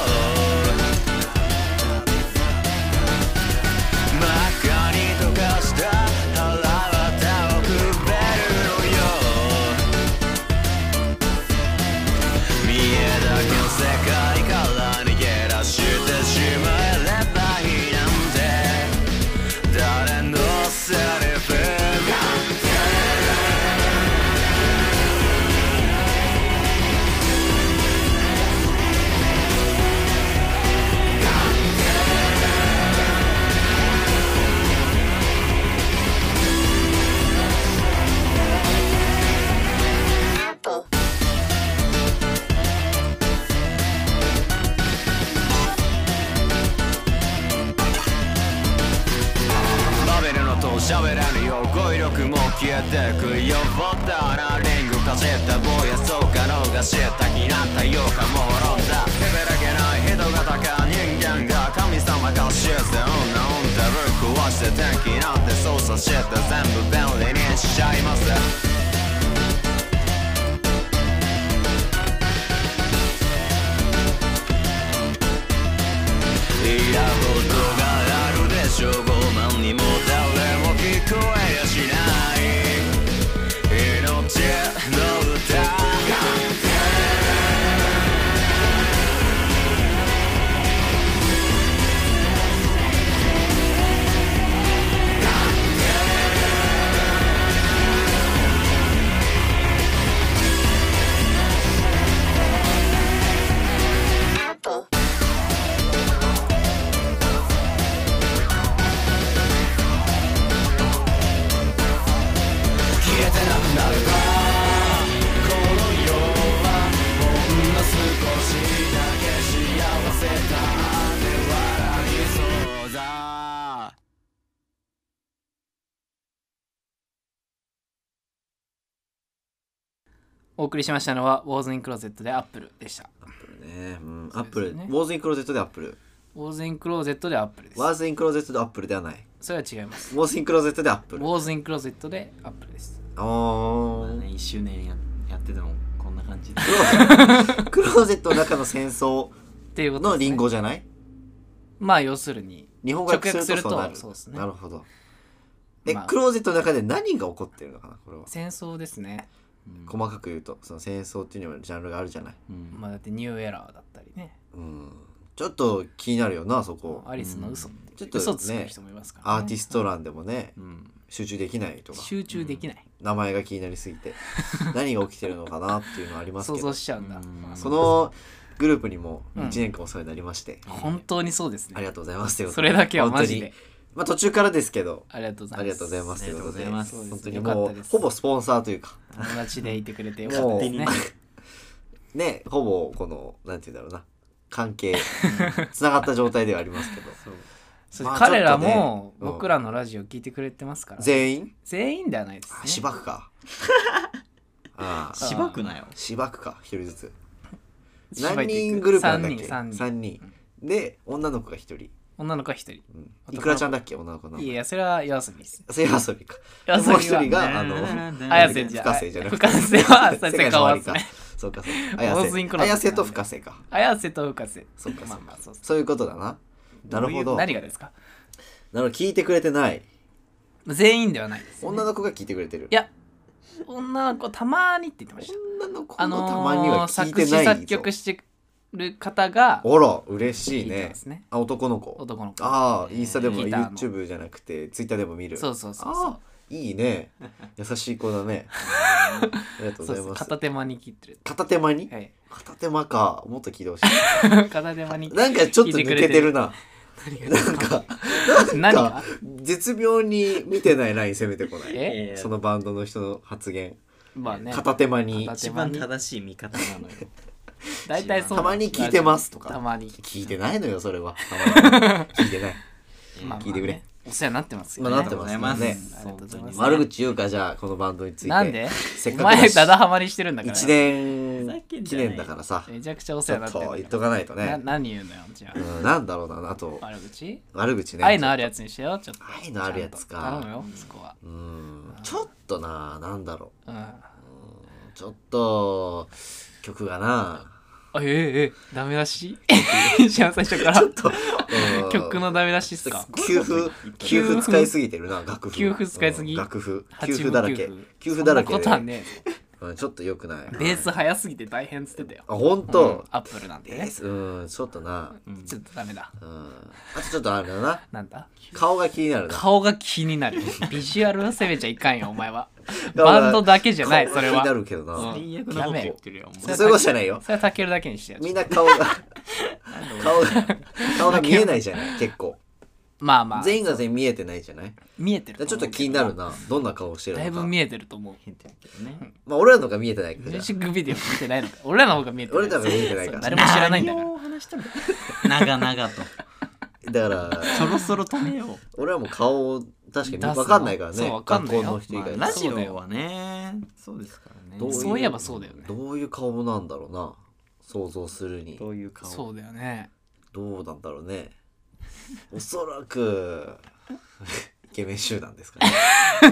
S4: う真っ赤に溶かした腹渡をくべるのよ見え喋らぬよ語彙力も消えてくよボタンなリングかじった坊やそうかのが知った気になったよかも滅んだへべらけない人がか人間が神様か自然なオンダル壊して天気なんて操作して全部便利にしちゃいますいやことがあるでしょう傲慢にも誰も聞こえやしない命の歌消えてなくなるかこの世はほんの少しだけ幸せだって笑いそうだ
S1: お送りしましたのはウォーズインクローゼットでアップルでした
S2: ねうん、アップル、
S1: そうで
S2: ウ
S1: すね
S2: ォーズインクローゼットでアップル。
S1: ウォーズインクローゼットでアップルです
S2: ワーズインクローゼットでアップルで はない。
S1: それは違います
S2: ウォーズインクローゼットでアップ
S1: ウ
S2: ル。
S1: ォーズインクローゼットでアップルです
S2: おー
S3: ね、1周年ややっててもこんな感じで
S2: クローゼットの中の戦争
S1: っていうこと
S2: の
S1: ですね
S2: リンゴじゃない
S1: まあ要するに
S2: 日本語訳するとそうな
S1: 直訳
S2: る。
S1: するとそうですね
S2: なるほど。え、
S1: まあ
S2: クローゼットの中で何が起こってるのかなこれは。
S1: 戦争ですね
S2: 細かく言うと、その戦争っていうのもジャンルがあるじゃない。
S3: うん
S1: まあだってニューエラーだったりね
S2: うん。ちょっと気になるよな、そこ。
S1: アリスの嘘っていう
S2: ちょっとね
S1: 嘘つく人もいますから、
S2: アーティスト欄でもね
S3: う、ん
S2: 集中できないとか、
S1: 集中できない、
S2: 名前が気になりす ぎて、何が起きてるのかなっていうのはあります
S1: 想
S2: けど
S1: 像、しちゃうんだ、
S3: うん
S1: まあ
S2: そのグループにも
S1: うん
S2: 1年間お世話になりまして、
S1: 本当にそうです
S2: あり
S1: ね
S2: がとうございますということ
S1: それだけはマジ
S2: 本
S1: で
S2: 当にまあ途中からですけど、
S1: ありがとうございます
S2: ありがとうございます
S3: あ
S2: とい
S3: り
S2: う
S3: が
S2: こ
S3: とう
S1: そうですすよかった
S2: とで本当にもう
S3: ございま
S1: です
S2: ほぼスポンサーというか
S1: 友達でいてくれてよか
S2: も
S1: っ
S2: う
S1: たですね
S2: ねほぼこのなんて言うんだろうな 関係つながった状態ではありますけど
S1: そう
S2: まあ
S1: 彼ら
S2: ちょっとね
S1: も
S2: うん
S1: 僕らのラジオ聞いてくれてますから、
S2: 全員
S1: 全員ではないです、ね
S2: あ、しば くかああ
S3: しばくなよ
S2: しばくか一人ずつ
S1: 芝居
S2: 何
S1: で行く
S2: 人グループなんだっけ
S1: 三人三人
S2: 三人で女の子が一人、
S1: 女の子は一人
S2: う
S1: 男
S2: ん
S1: の子
S2: いくらちゃんだっけ女の子の
S1: いやいやそれは夜遊びです
S2: それ遊びか
S1: 夜遊び
S2: も
S1: は
S2: う一人があの
S1: 綾瀬じゃ
S2: 深瀬じゃなく
S1: 深瀬は
S2: 世界
S1: 世界の
S2: の終
S1: 終
S2: わ
S1: わ
S2: り
S1: り
S2: か
S1: か
S2: そうかそ うか
S1: ウォーズインクローゼットなんで
S2: 綾瀬と深瀬か
S1: 綾瀬と深瀬
S2: そうか
S1: ま
S2: そ
S1: あ
S2: う
S1: まあそうそう
S2: そういうことだななるほ
S1: うい
S2: ど
S1: う何がですか
S2: なるほど聞いてくれてない
S1: 全員ではないです、ね、
S2: 女の子が聞いてくれてる
S1: いや女の子たまにって言ってました
S2: 女の子
S1: あ
S2: の
S1: の
S2: たまには
S1: ー、
S2: 聞い
S1: 作
S2: て
S1: 詞
S2: ないぞ
S1: 作曲してる方が
S2: あら嬉しい
S1: 聞いて
S2: ね
S1: ますね
S2: あ男の子
S1: 男の子
S2: ああインスタでも
S1: ギターの
S2: YouTube じゃなくて Twitter でも見る
S1: そうそうそう
S2: ああいいね優しい子 だねありがとう
S1: そうそ
S2: ございうます
S1: 片手間に切ってる、
S2: 片手間に
S1: はい、
S2: 片手間かもっと聞いてほしい
S1: 片手間に
S2: なんかちょっと抜けて るななんか
S1: 何
S2: なん
S1: が
S2: か絶妙に見てないライン攻めてこない
S1: え
S2: そのバンドの人の発言
S1: まあね
S2: 片手間に
S1: 片手
S3: 一番正しい見方なのよ
S1: 大体そう
S2: たまに聞いてますとか
S1: たまに
S2: 聞いてないのよそれ はたまに聞いてない
S1: まあまあね
S2: 聞いてくれ
S1: お世話になってますよ、
S2: まあ
S1: ね、
S2: なってますから
S1: あ
S2: ね
S1: りがとうございます
S2: 悪口言うかじゃあこのバンドについて
S1: なんで
S2: せっ
S1: お
S2: かくだ
S1: 前
S2: し
S1: ダダハマりしてるんだから
S2: 1
S3: ふざ
S2: 年
S3: けん
S2: 記
S3: じゃない
S2: 念だからさ
S1: めちゃくちゃお
S2: ち
S1: 世
S2: ょ
S1: 話になってるん
S2: っ
S1: だ
S2: と
S1: ら
S2: 言っとかないと
S1: な
S2: ね
S1: 何言うのよじゃあ、
S2: うんなんだろうなあと
S1: 悪口
S2: 悪口ね
S1: 愛のあるやつにしてよちょっと
S2: 愛のあるやつ
S1: ち
S2: か
S1: ゃんと頼むよそこは、
S2: うんちょっとななんだろ
S1: うん、
S2: うちょっと曲がな
S1: あええええダメ出し 一番最初から
S2: うん
S1: 曲のダメ出しっすか
S2: 給付給付使いすぎてるな楽譜
S1: 給付使いすぎ
S2: うん楽譜
S1: 八
S2: 給
S1: 分
S2: 付だらけ給付
S1: そん
S2: だ
S1: な
S2: らけ
S1: ことは
S2: で
S1: ね
S2: うんちょっと良くない
S1: ベース早すぎて大変っつってたよ
S2: あ本
S1: うん
S2: 当
S1: アップルなんて
S2: ベ
S1: ね
S2: ースうんちょっとな
S1: ちょっとダメだ
S2: うんあとちょっとあれだな
S1: なんだ
S2: 顔が気になるな
S1: 顔が気になるビジュアルは攻めちゃいかんよお前は
S2: 顔が
S1: バンドだけじゃない
S2: 顔
S1: それ
S2: 気にな
S1: は
S2: るけどな、
S1: うん
S3: 最悪なこと言ってるよもう
S2: そういうことじゃないよ
S1: それはタケルだけにしてやる
S2: みんな顔が顔が顔が見えないじゃない結構
S1: まあまあ
S2: 全員が全員見えてないじゃないだか
S1: 見えて
S2: ら
S1: る
S2: ち
S1: と
S2: ょっ
S1: 思
S2: と
S1: うけど
S2: 気になるなどんな顔してるの
S1: だ
S2: か
S1: いぶ見えてると思う
S3: 変ってるけどね
S2: まあ俺らの方が見えてないけど
S1: ミュー
S2: じ
S1: ジ
S2: ゃ
S1: ックビデオ見てないのか俺らの方が見えて
S2: あ俺らが見えてない
S1: そ
S2: か
S1: う
S2: ら
S1: 誰も知らないんだから
S3: 何を話してる長々と
S2: だから
S3: そろそろ止めよう
S2: 俺はもう顔確かに
S1: 出すの
S2: 分かんないから
S1: そう
S2: ね
S1: わかん
S2: 学
S1: ないよ
S2: 校の人以
S3: まあ
S2: 外
S3: ラ
S2: だと
S3: ジオはねそうですからね
S2: どう
S1: そういえばそうだよね
S2: どういう顔なんだろうな想像するに
S3: どういう顔
S1: そうだよね
S2: どうなんだろうねおそらくイケメン集団ですかね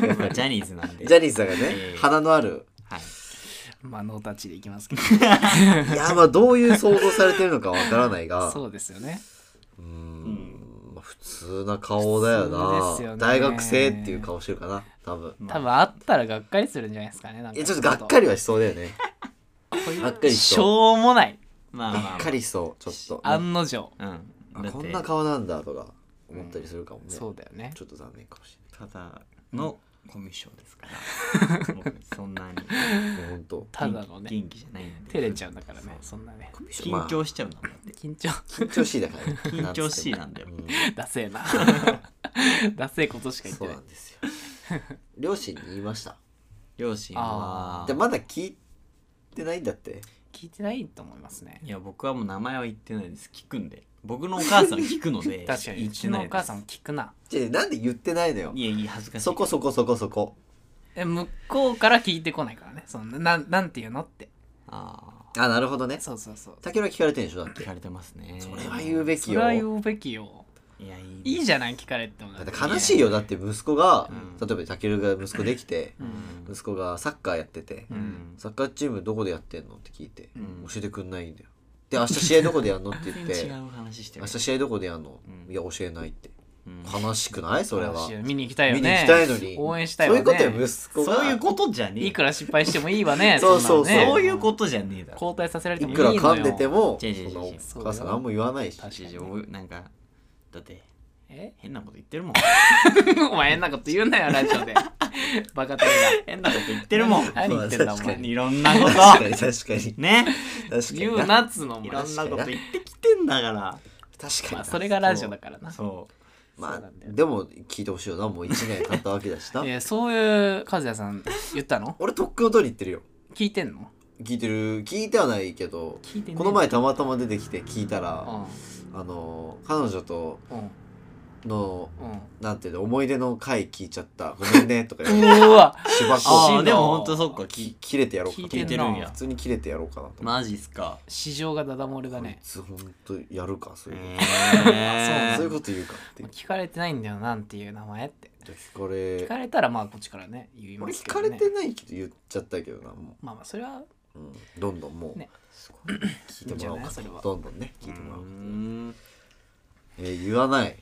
S2: やっぱり
S3: ジャニーズなんで
S2: ジャニーさんがね
S3: えー
S2: 鼻のある
S3: はい
S1: まあノータッチでいきますけど
S2: いやまあどういう想像されてるのかわからないが
S1: そうですよね
S2: うーんまあ普通な顔だよ
S1: 普通
S2: な
S1: ですよね
S2: 大学生っていう顔してるかな多分
S1: 多分会ったらがっかりするんじゃないですかねなん
S2: い
S1: か
S2: やちょっとがっかりはしそうだよねがっかりし
S1: し
S2: そ
S1: ょう
S2: う
S1: もない
S3: まあまあ
S2: がっかりしそうちょっと
S1: 案の定
S3: うんだ
S2: あ
S3: って
S2: こんな顔なんだとか思ったりするかもね、
S1: そうだよね
S2: ちょっと残念かもした
S3: だのコミュ障です からもうそんなに
S2: れないいやほんと
S1: ただのね
S3: 元気じゃないんで
S1: 照れちゃうんだからねそんなね
S3: 緊張しちゃうんだもんだって
S1: 緊張
S2: 緊張しいだからね
S3: 緊張しいなんだよ
S2: うん
S1: ダセえ なダセえことしか言っ
S2: そ
S1: て
S2: う
S1: な
S2: ないんですよ両親に言いました
S3: 両親は
S2: でまだ聞いてないんだって
S1: 聞いてないと思いますね
S3: いや僕はもう名前は言ってないです聞くんで僕のお母さん聞くので
S1: 確かに
S3: 言
S1: う
S3: って
S1: ち
S3: ない
S1: のお
S3: です
S1: 母さんも聞くな
S2: じゃあなんで言ってないのよ
S3: いやいい恥ずかしい
S2: そこそこそこそこ
S1: え向こうから聞いてこないからねそのなんなんて言うのって
S3: あ
S2: あなるほどね
S1: そうそうそう
S2: 竹は聞かれてんでしょだっ
S3: あ聞
S2: て
S3: かれてますね
S2: それは言うべ
S1: そ
S2: き
S1: れ
S2: よ
S1: は言うべきよ
S3: いやい
S1: い
S3: い
S1: い
S3: じ
S1: じゃない聞かれても
S2: だって悲しいよだって息子が、
S3: うん
S2: 例えばタケルが息子できて、
S1: う
S3: ゃん
S1: ん
S2: 息子がサッカーやってて、
S3: うんうん
S2: サッカーチームどこでやってんのって聞いて、
S3: ん
S2: 教えてくんないんだよで明日試合どこでやんのって言っ
S3: 全
S2: て
S3: 然違う話してる
S2: 明日試合どこでやんの、
S3: うん
S2: いや教えないって
S3: うん
S2: 悲しくないそれは
S1: 楽しいよ見に行きたいよね
S2: 見に行きたいのに
S1: 応援したいわね
S2: そういうことよ息子が
S3: そういうことじゃねえ
S1: いくら失敗してもいいわ ね
S2: そうそう
S1: なのね
S3: そういうことじゃねえだろ
S1: 交代させられて
S2: い
S1: もいい
S2: く
S1: の
S2: ら
S1: よ
S2: 噛んでても
S3: いいのよ
S2: そのお
S1: そう
S2: 母さん何も言わないし
S1: 確かに
S3: おなんかだって
S1: え
S3: 変なこと言ってるもん
S1: お前変なこと言うなよラジ オでバカたれ
S3: 変なこと言ってる もん
S1: 何言ってんだお
S2: そう確か
S1: 前
S2: に
S3: いろんなこ
S2: 確か
S3: と
S2: に確かに
S3: ね
S2: 確かに
S1: 言うなっつうのお
S3: い
S1: 前
S3: ろんなこ
S2: 確
S3: と
S2: かに
S3: 言ってきてんだか
S2: 確か
S1: まあ
S2: に
S1: それがラジオだからな
S3: らそ
S2: ま
S1: そう
S2: あ
S1: なんだよ
S2: でも聞いてほしいよなもう1年経ったわけだ しな
S1: えーそういう和也さん言ったの
S2: 俺とっくの通り言ってるよ
S1: 聞いてんの
S2: 聞いてる聞いてはないけど
S1: 聞いてねえ
S2: この前たまたま出てきて聞いたら
S1: う
S2: あの彼女と
S1: んうん
S2: の
S1: う
S2: なんていうの思い出の回聞いちゃったごめ んねとか言われて
S1: んうわ
S2: 芝子
S1: あ
S3: あ
S1: ー
S3: あでもほんとそっか
S2: き
S3: 聞
S2: 切れてやろうかと
S1: 聞い
S2: 思って
S3: 聞
S1: ん
S3: いてるんや
S1: な
S2: 普通に切れてやろうかなと思って
S3: マジっすか
S1: 市場がダダ漏れだ
S2: こい
S1: ね
S2: つほんとやるかそういうこ
S3: え
S2: とそういう
S3: ー
S2: こと言うかって
S1: 聞かれてないんだよなんていう名前って
S2: 聞かれ
S1: 聞かれたらまあこっちからね言いま
S2: 俺
S1: す
S2: 聞
S1: け
S2: か
S1: ど、
S2: れ
S1: ね、
S2: てないけど言っちゃったけどなも
S1: まあまあそれは
S2: う、うん、どんどんもう、
S1: ねいいんじゃない
S2: 聞いてもらおうか
S1: それは
S2: などんどんね聞
S3: う
S2: いてもらおう、
S3: ん
S2: えー言わない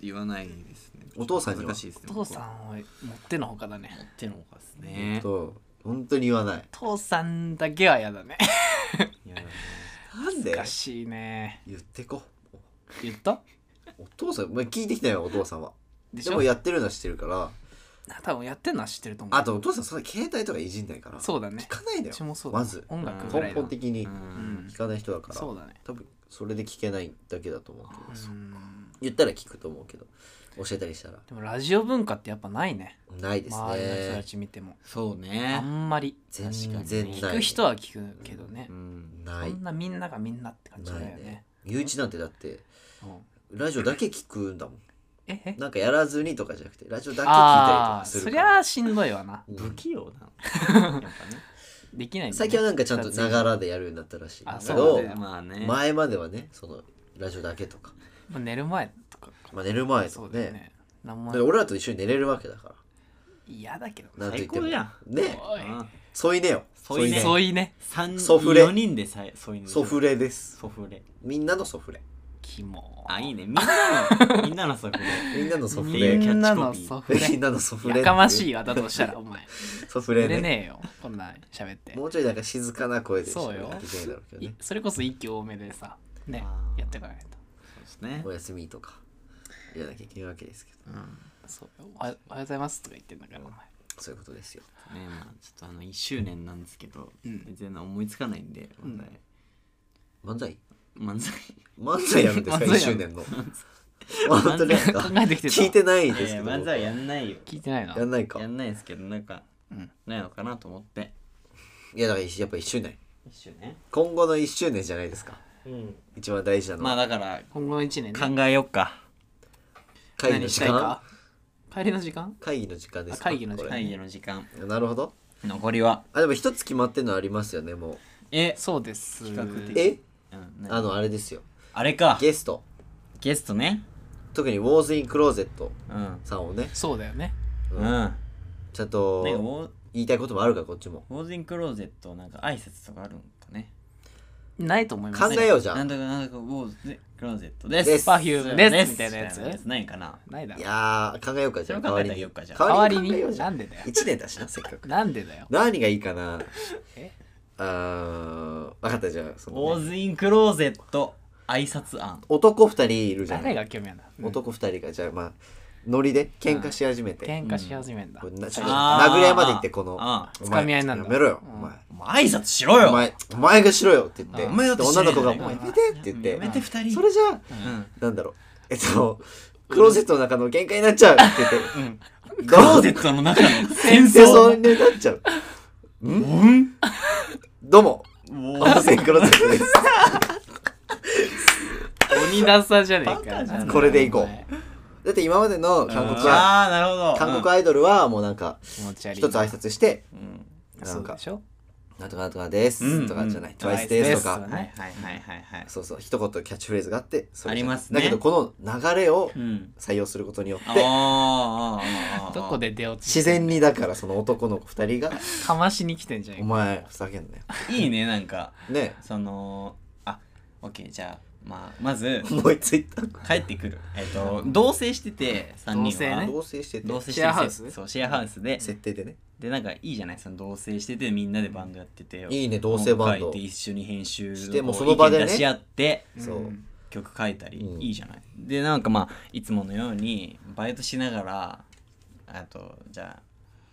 S3: 言わないですね
S2: お父さんには
S3: 恥ずかしいですね
S1: お父さんを持ってのほかだね
S3: ってのかです
S2: え
S3: ね
S2: っと本当に言わない
S1: 父さんだけは嫌だね
S3: いやだね
S2: なん
S1: お
S2: で
S1: かしいね
S2: 言ってこ
S1: 言った
S2: お父さん、まあ、聞いてきたよお父さんは
S1: で
S2: で
S1: しょ
S2: もやってるのは知ってるから
S1: 多分やってんのは知ってると思う
S2: あとお父さんそんな携帯とかいじんないから
S1: そうだね
S2: 聞かないんだ
S1: う
S2: よ
S1: ちもそうだ
S2: まず
S1: 音楽ぐら
S2: 根
S1: いだ
S2: 本的に
S3: うん
S2: 聞かない人だから、
S1: そうだね
S2: 多分それで聞けないだけだと思うけど
S1: うん
S2: 言ったら聞くと思うけど教えたりしたら
S1: でもラジオ文化ってやっぱないね
S2: ないです
S1: 周りの人た
S2: ね
S1: ち見ても
S3: そう
S1: あ
S3: ね
S1: んまり
S2: 全
S3: 確かに
S2: 然ない
S1: 聞く人は聞くけどね
S3: うん
S1: そ
S2: ない
S1: んなみんながみんなって感じ
S2: ない
S1: だよね
S2: ね身内なんてだって
S1: うん
S2: ラジオだけ聞くんだもん
S1: ええ
S2: なんかやらずにとかじゃなくてラジオだけ聞いたりと
S1: あ
S2: か
S1: あ
S2: す
S1: そ
S2: る
S1: り
S2: から
S1: ゃしんどいわな
S3: 不器用なのやっぱね
S1: できないんだね
S2: 最近はなんかちゃんとながらでやるようになったらしいんだ
S1: あ
S2: け
S1: そうだ
S2: ど
S1: ね
S3: まあね
S2: 前まではねそのラジオだけとか、
S1: まあ寝る前とか
S2: まあ、寝る前と
S1: そう
S2: か
S1: だよ
S2: ね
S1: ね何
S2: だ
S1: も
S2: から俺らと一緒に寝れるわけだか
S1: 嫌だけど
S2: らなんといっても
S3: 最高
S2: ね
S1: おい
S3: うん
S2: 添い寝よ
S3: 添い寝
S1: そういね
S3: 三
S2: ソフレ
S3: 4人でさ添い寝
S2: ソフレです
S3: ソフレ
S2: みんなのソフレ
S1: キモ
S3: あいいねみんなのみんなの ソフレ
S2: みんなのソフ
S1: み
S2: レ
S1: んなのソフレ
S2: みんなのソフレ
S1: やかましい
S2: よ
S1: わだとしたらお前
S2: ソフレ
S1: 寝れ
S2: ね
S1: ねえよこんなん喋って
S2: もうちょいなんか静かな声で
S1: そうよ
S2: 喋らなきゃいけないだろうけど
S1: い
S2: ね
S1: それこそ一気多めでさね
S3: あー
S1: やってかないと
S3: そうですね
S2: お休みとかやらなきゃいけないわけですけど
S1: そうおはおはようございますとか言ってんだからお前
S2: そういうことですよ
S3: ねまあちょっとあの1周年なんですけど、
S1: うん
S3: 全然思いつかないんで、
S1: ん
S3: 漫才
S2: 漫才漫
S3: 漫才
S2: 才やるんですか
S1: 漫
S2: 1
S1: 才や
S2: 周
S1: る
S2: 年の本当ですか
S1: 考えてきてた
S2: 聞いてないです
S3: い
S2: け
S3: や
S2: ど
S3: 漫才やんないよ
S1: 聞いてないな
S2: やんないか
S3: やんないですけどなんか、
S1: うん
S3: ないのかなと思って
S2: いやだからやっぱ1周年
S3: 1周年
S2: 今後の1周年じゃないですか一番大事なの
S3: まあ
S2: は
S3: だから
S1: 今後の一年ね
S3: 考えよっか
S2: 会議の時間
S1: 何帰りの時間
S2: 会議の時間ですか
S1: 会議の時間
S2: これ
S3: 会議の時間
S2: なるほど
S3: 残りは
S2: あでも一つ決まってんのありますよねもう
S3: え、
S1: そうです
S3: 比較的
S2: え
S3: うんね
S2: あのあれですよ
S3: あれか
S2: ゲスト
S3: ゲストね
S2: 特にウォーズ・イン・クローゼット
S3: うん
S2: さんをね
S1: そうだよね
S3: うん
S2: うん
S3: なんか
S2: ちゃん
S3: ウ
S2: と
S3: ォー
S2: 言いたいこともあるからこっちも
S3: ウォーズインクローゼットなんか挨拶とかあるんかね
S1: ないと思います
S2: 考えようじゃ
S3: なん
S2: ん
S3: とかなんとかウォーズインクローゼットです
S2: です
S1: パフュームですみたいなやつ
S3: ないかな
S1: ないだ
S2: い
S1: ろ
S2: やー考えようかじゃあ
S3: それ
S2: 代
S3: 考
S2: わ
S3: え
S2: り
S3: てあ
S2: に
S3: げようかじゃあ
S1: 代わり
S2: 考えよう
S1: に
S2: じゃ
S1: なんんでだよ
S2: 1年だしなせっかく
S1: なんでだよ
S2: 何がいいかな
S1: え
S2: あー分かったじゃあそ
S3: ウ
S2: の
S3: ォ
S2: ね、
S3: ーズインクローゼット挨拶案
S2: 男2人いるじゃん
S1: 誰が興味あるんだ
S2: 男2人がじゃあまあノリで喧嘩し始めて、
S1: 喧嘩し始めんだ
S2: これなちょっと
S3: あー
S2: 殴り合いまで行ってこの
S3: あ
S2: お前
S1: 掴み合いなんだ
S2: やめろよ、
S1: うん
S2: お前
S3: お前挨拶しろよ
S2: お前お前がしろよって言って
S3: お前だって
S2: で
S3: しろ
S2: 女
S3: よ
S2: の子が「もうやめて」って言って
S3: やめて二人
S2: それじゃあ
S3: うん
S2: なんだろうえっとクローゼットの中の喧嘩になっちゃうって言って
S3: うん
S2: ク
S3: クローゼットの中の戦
S2: 戦争
S3: 争
S2: になっちゃう
S3: うん
S2: どうも
S3: ウォ
S2: 温
S3: ーズ
S2: 泉クローゼットです
S1: 鬼ダサじゃね
S3: バ
S1: えか
S3: カじゃん
S2: これでいこうだって今までの韓国は
S3: ああなるほど
S2: 韓国アイドルはもうなんか
S1: 気持ち悪い
S2: 一つ挨拶して
S3: うん
S2: な
S1: そ
S2: ん
S1: う
S2: か
S1: でしょ
S2: 「なんとかなんとかです」
S3: うん
S2: とかじゃない「
S1: うん
S2: TWICE です」と
S1: う
S2: か
S1: ん
S3: はいはいはいはいはい
S2: そうそう一言キャッチフレーズがあってそれじゃん
S3: ありますね
S2: だけどこの流れを
S3: うん
S2: 採用することによっ
S3: あ
S2: て
S3: ーあーあーあー
S1: どこで出落ち
S2: 自然にだからその男の子2人が
S1: かましに来てんじゃ
S2: 「
S1: ね
S2: お
S1: えか
S2: 前ふざけんなよ
S3: いいねなんか」
S2: ね
S3: そのあオッケーじゃあまあまず
S2: え思いついた
S3: 帰ってくるえっと同棲してて三人は
S1: 同
S2: 同棲してて
S3: 同棲してて
S1: シェアハウス
S3: そうシェアハウスで
S2: 設定でね
S3: でなんかいいじゃないその同棲しててみんなでバンドやってて
S2: いいね同棲バンド
S3: 書いて一緒に編集
S2: してもう
S3: こ
S2: その場でね
S3: 意見出し合って
S2: そうん
S3: 曲書いたり、
S2: うん
S3: いいじゃないでなんかまあいつものようにバイトしながらあとじゃ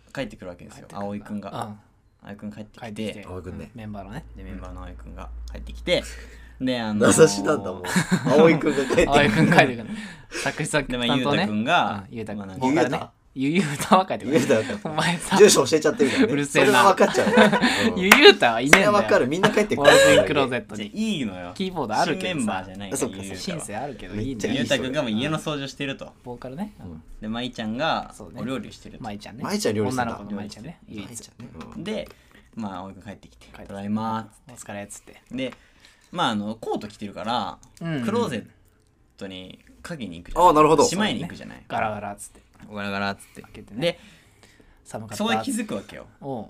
S3: あ帰ってくるわけですよ葵くんが葵くん帰ってき
S1: 帰
S3: て
S1: ってきて
S2: 青井くんね
S1: メンバーのね
S3: でメンバーの葵くんが帰ってきてであの
S2: 名
S3: ー
S2: 指しなんだもん葵くんが帰って
S1: 青井
S2: く
S1: くん書いてく る作詞作
S3: で
S1: 曲担
S3: まあゆう
S1: 当
S3: た
S1: ね
S3: くんが
S1: うんゆうたく
S3: まあなん
S1: ん
S3: か
S1: ボーカルねゆゆ
S2: ゆうた
S1: うたは書いてくる
S2: ゆうたは書いてく
S1: お
S2: る
S1: 前さ
S2: 住所教えちゃってみたいなね
S1: うるせえな
S2: それは分かっちゃうね、うん
S1: ゆゆうたはいねえんだよ
S2: それは分かるみんな帰ってく
S1: ウォ
S2: る
S1: ーズインクローゼット
S3: じゃあ
S1: に
S3: いいのよ
S1: キーボードあるけどさ
S3: 新メンバーじゃない
S2: あそうか
S3: ゆうたは
S1: シンセあるけどいいん
S2: めっちゃ
S1: だ
S2: い
S3: ゆ
S1: よ
S3: う
S2: 人
S3: たくんがもう家の掃除をしてると
S1: ボーカルね
S2: ん
S3: で舞ちゃんが
S1: そうね
S3: お料理をしてると
S1: 舞ちゃんね
S2: 舞ちゃん料理して
S1: 女
S2: た
S1: の子の舞ちゃんね唯
S2: 舞
S1: 一
S2: ちゃんねうん
S3: でまあ葵くん帰ってきて
S1: 帰ってきて
S3: 「ただいま」っつって
S1: お疲れっつって
S3: でまああのコート着てるから、
S1: うん
S3: クローゼットに影に行くじゃ
S2: ああ
S3: ない
S2: なるほど
S3: しまいに行くじゃない
S1: ガラガラっつって
S3: ガラガラっつって
S1: 開けてね
S3: で
S1: 寒かった
S3: そこで気づくわけよ
S1: おう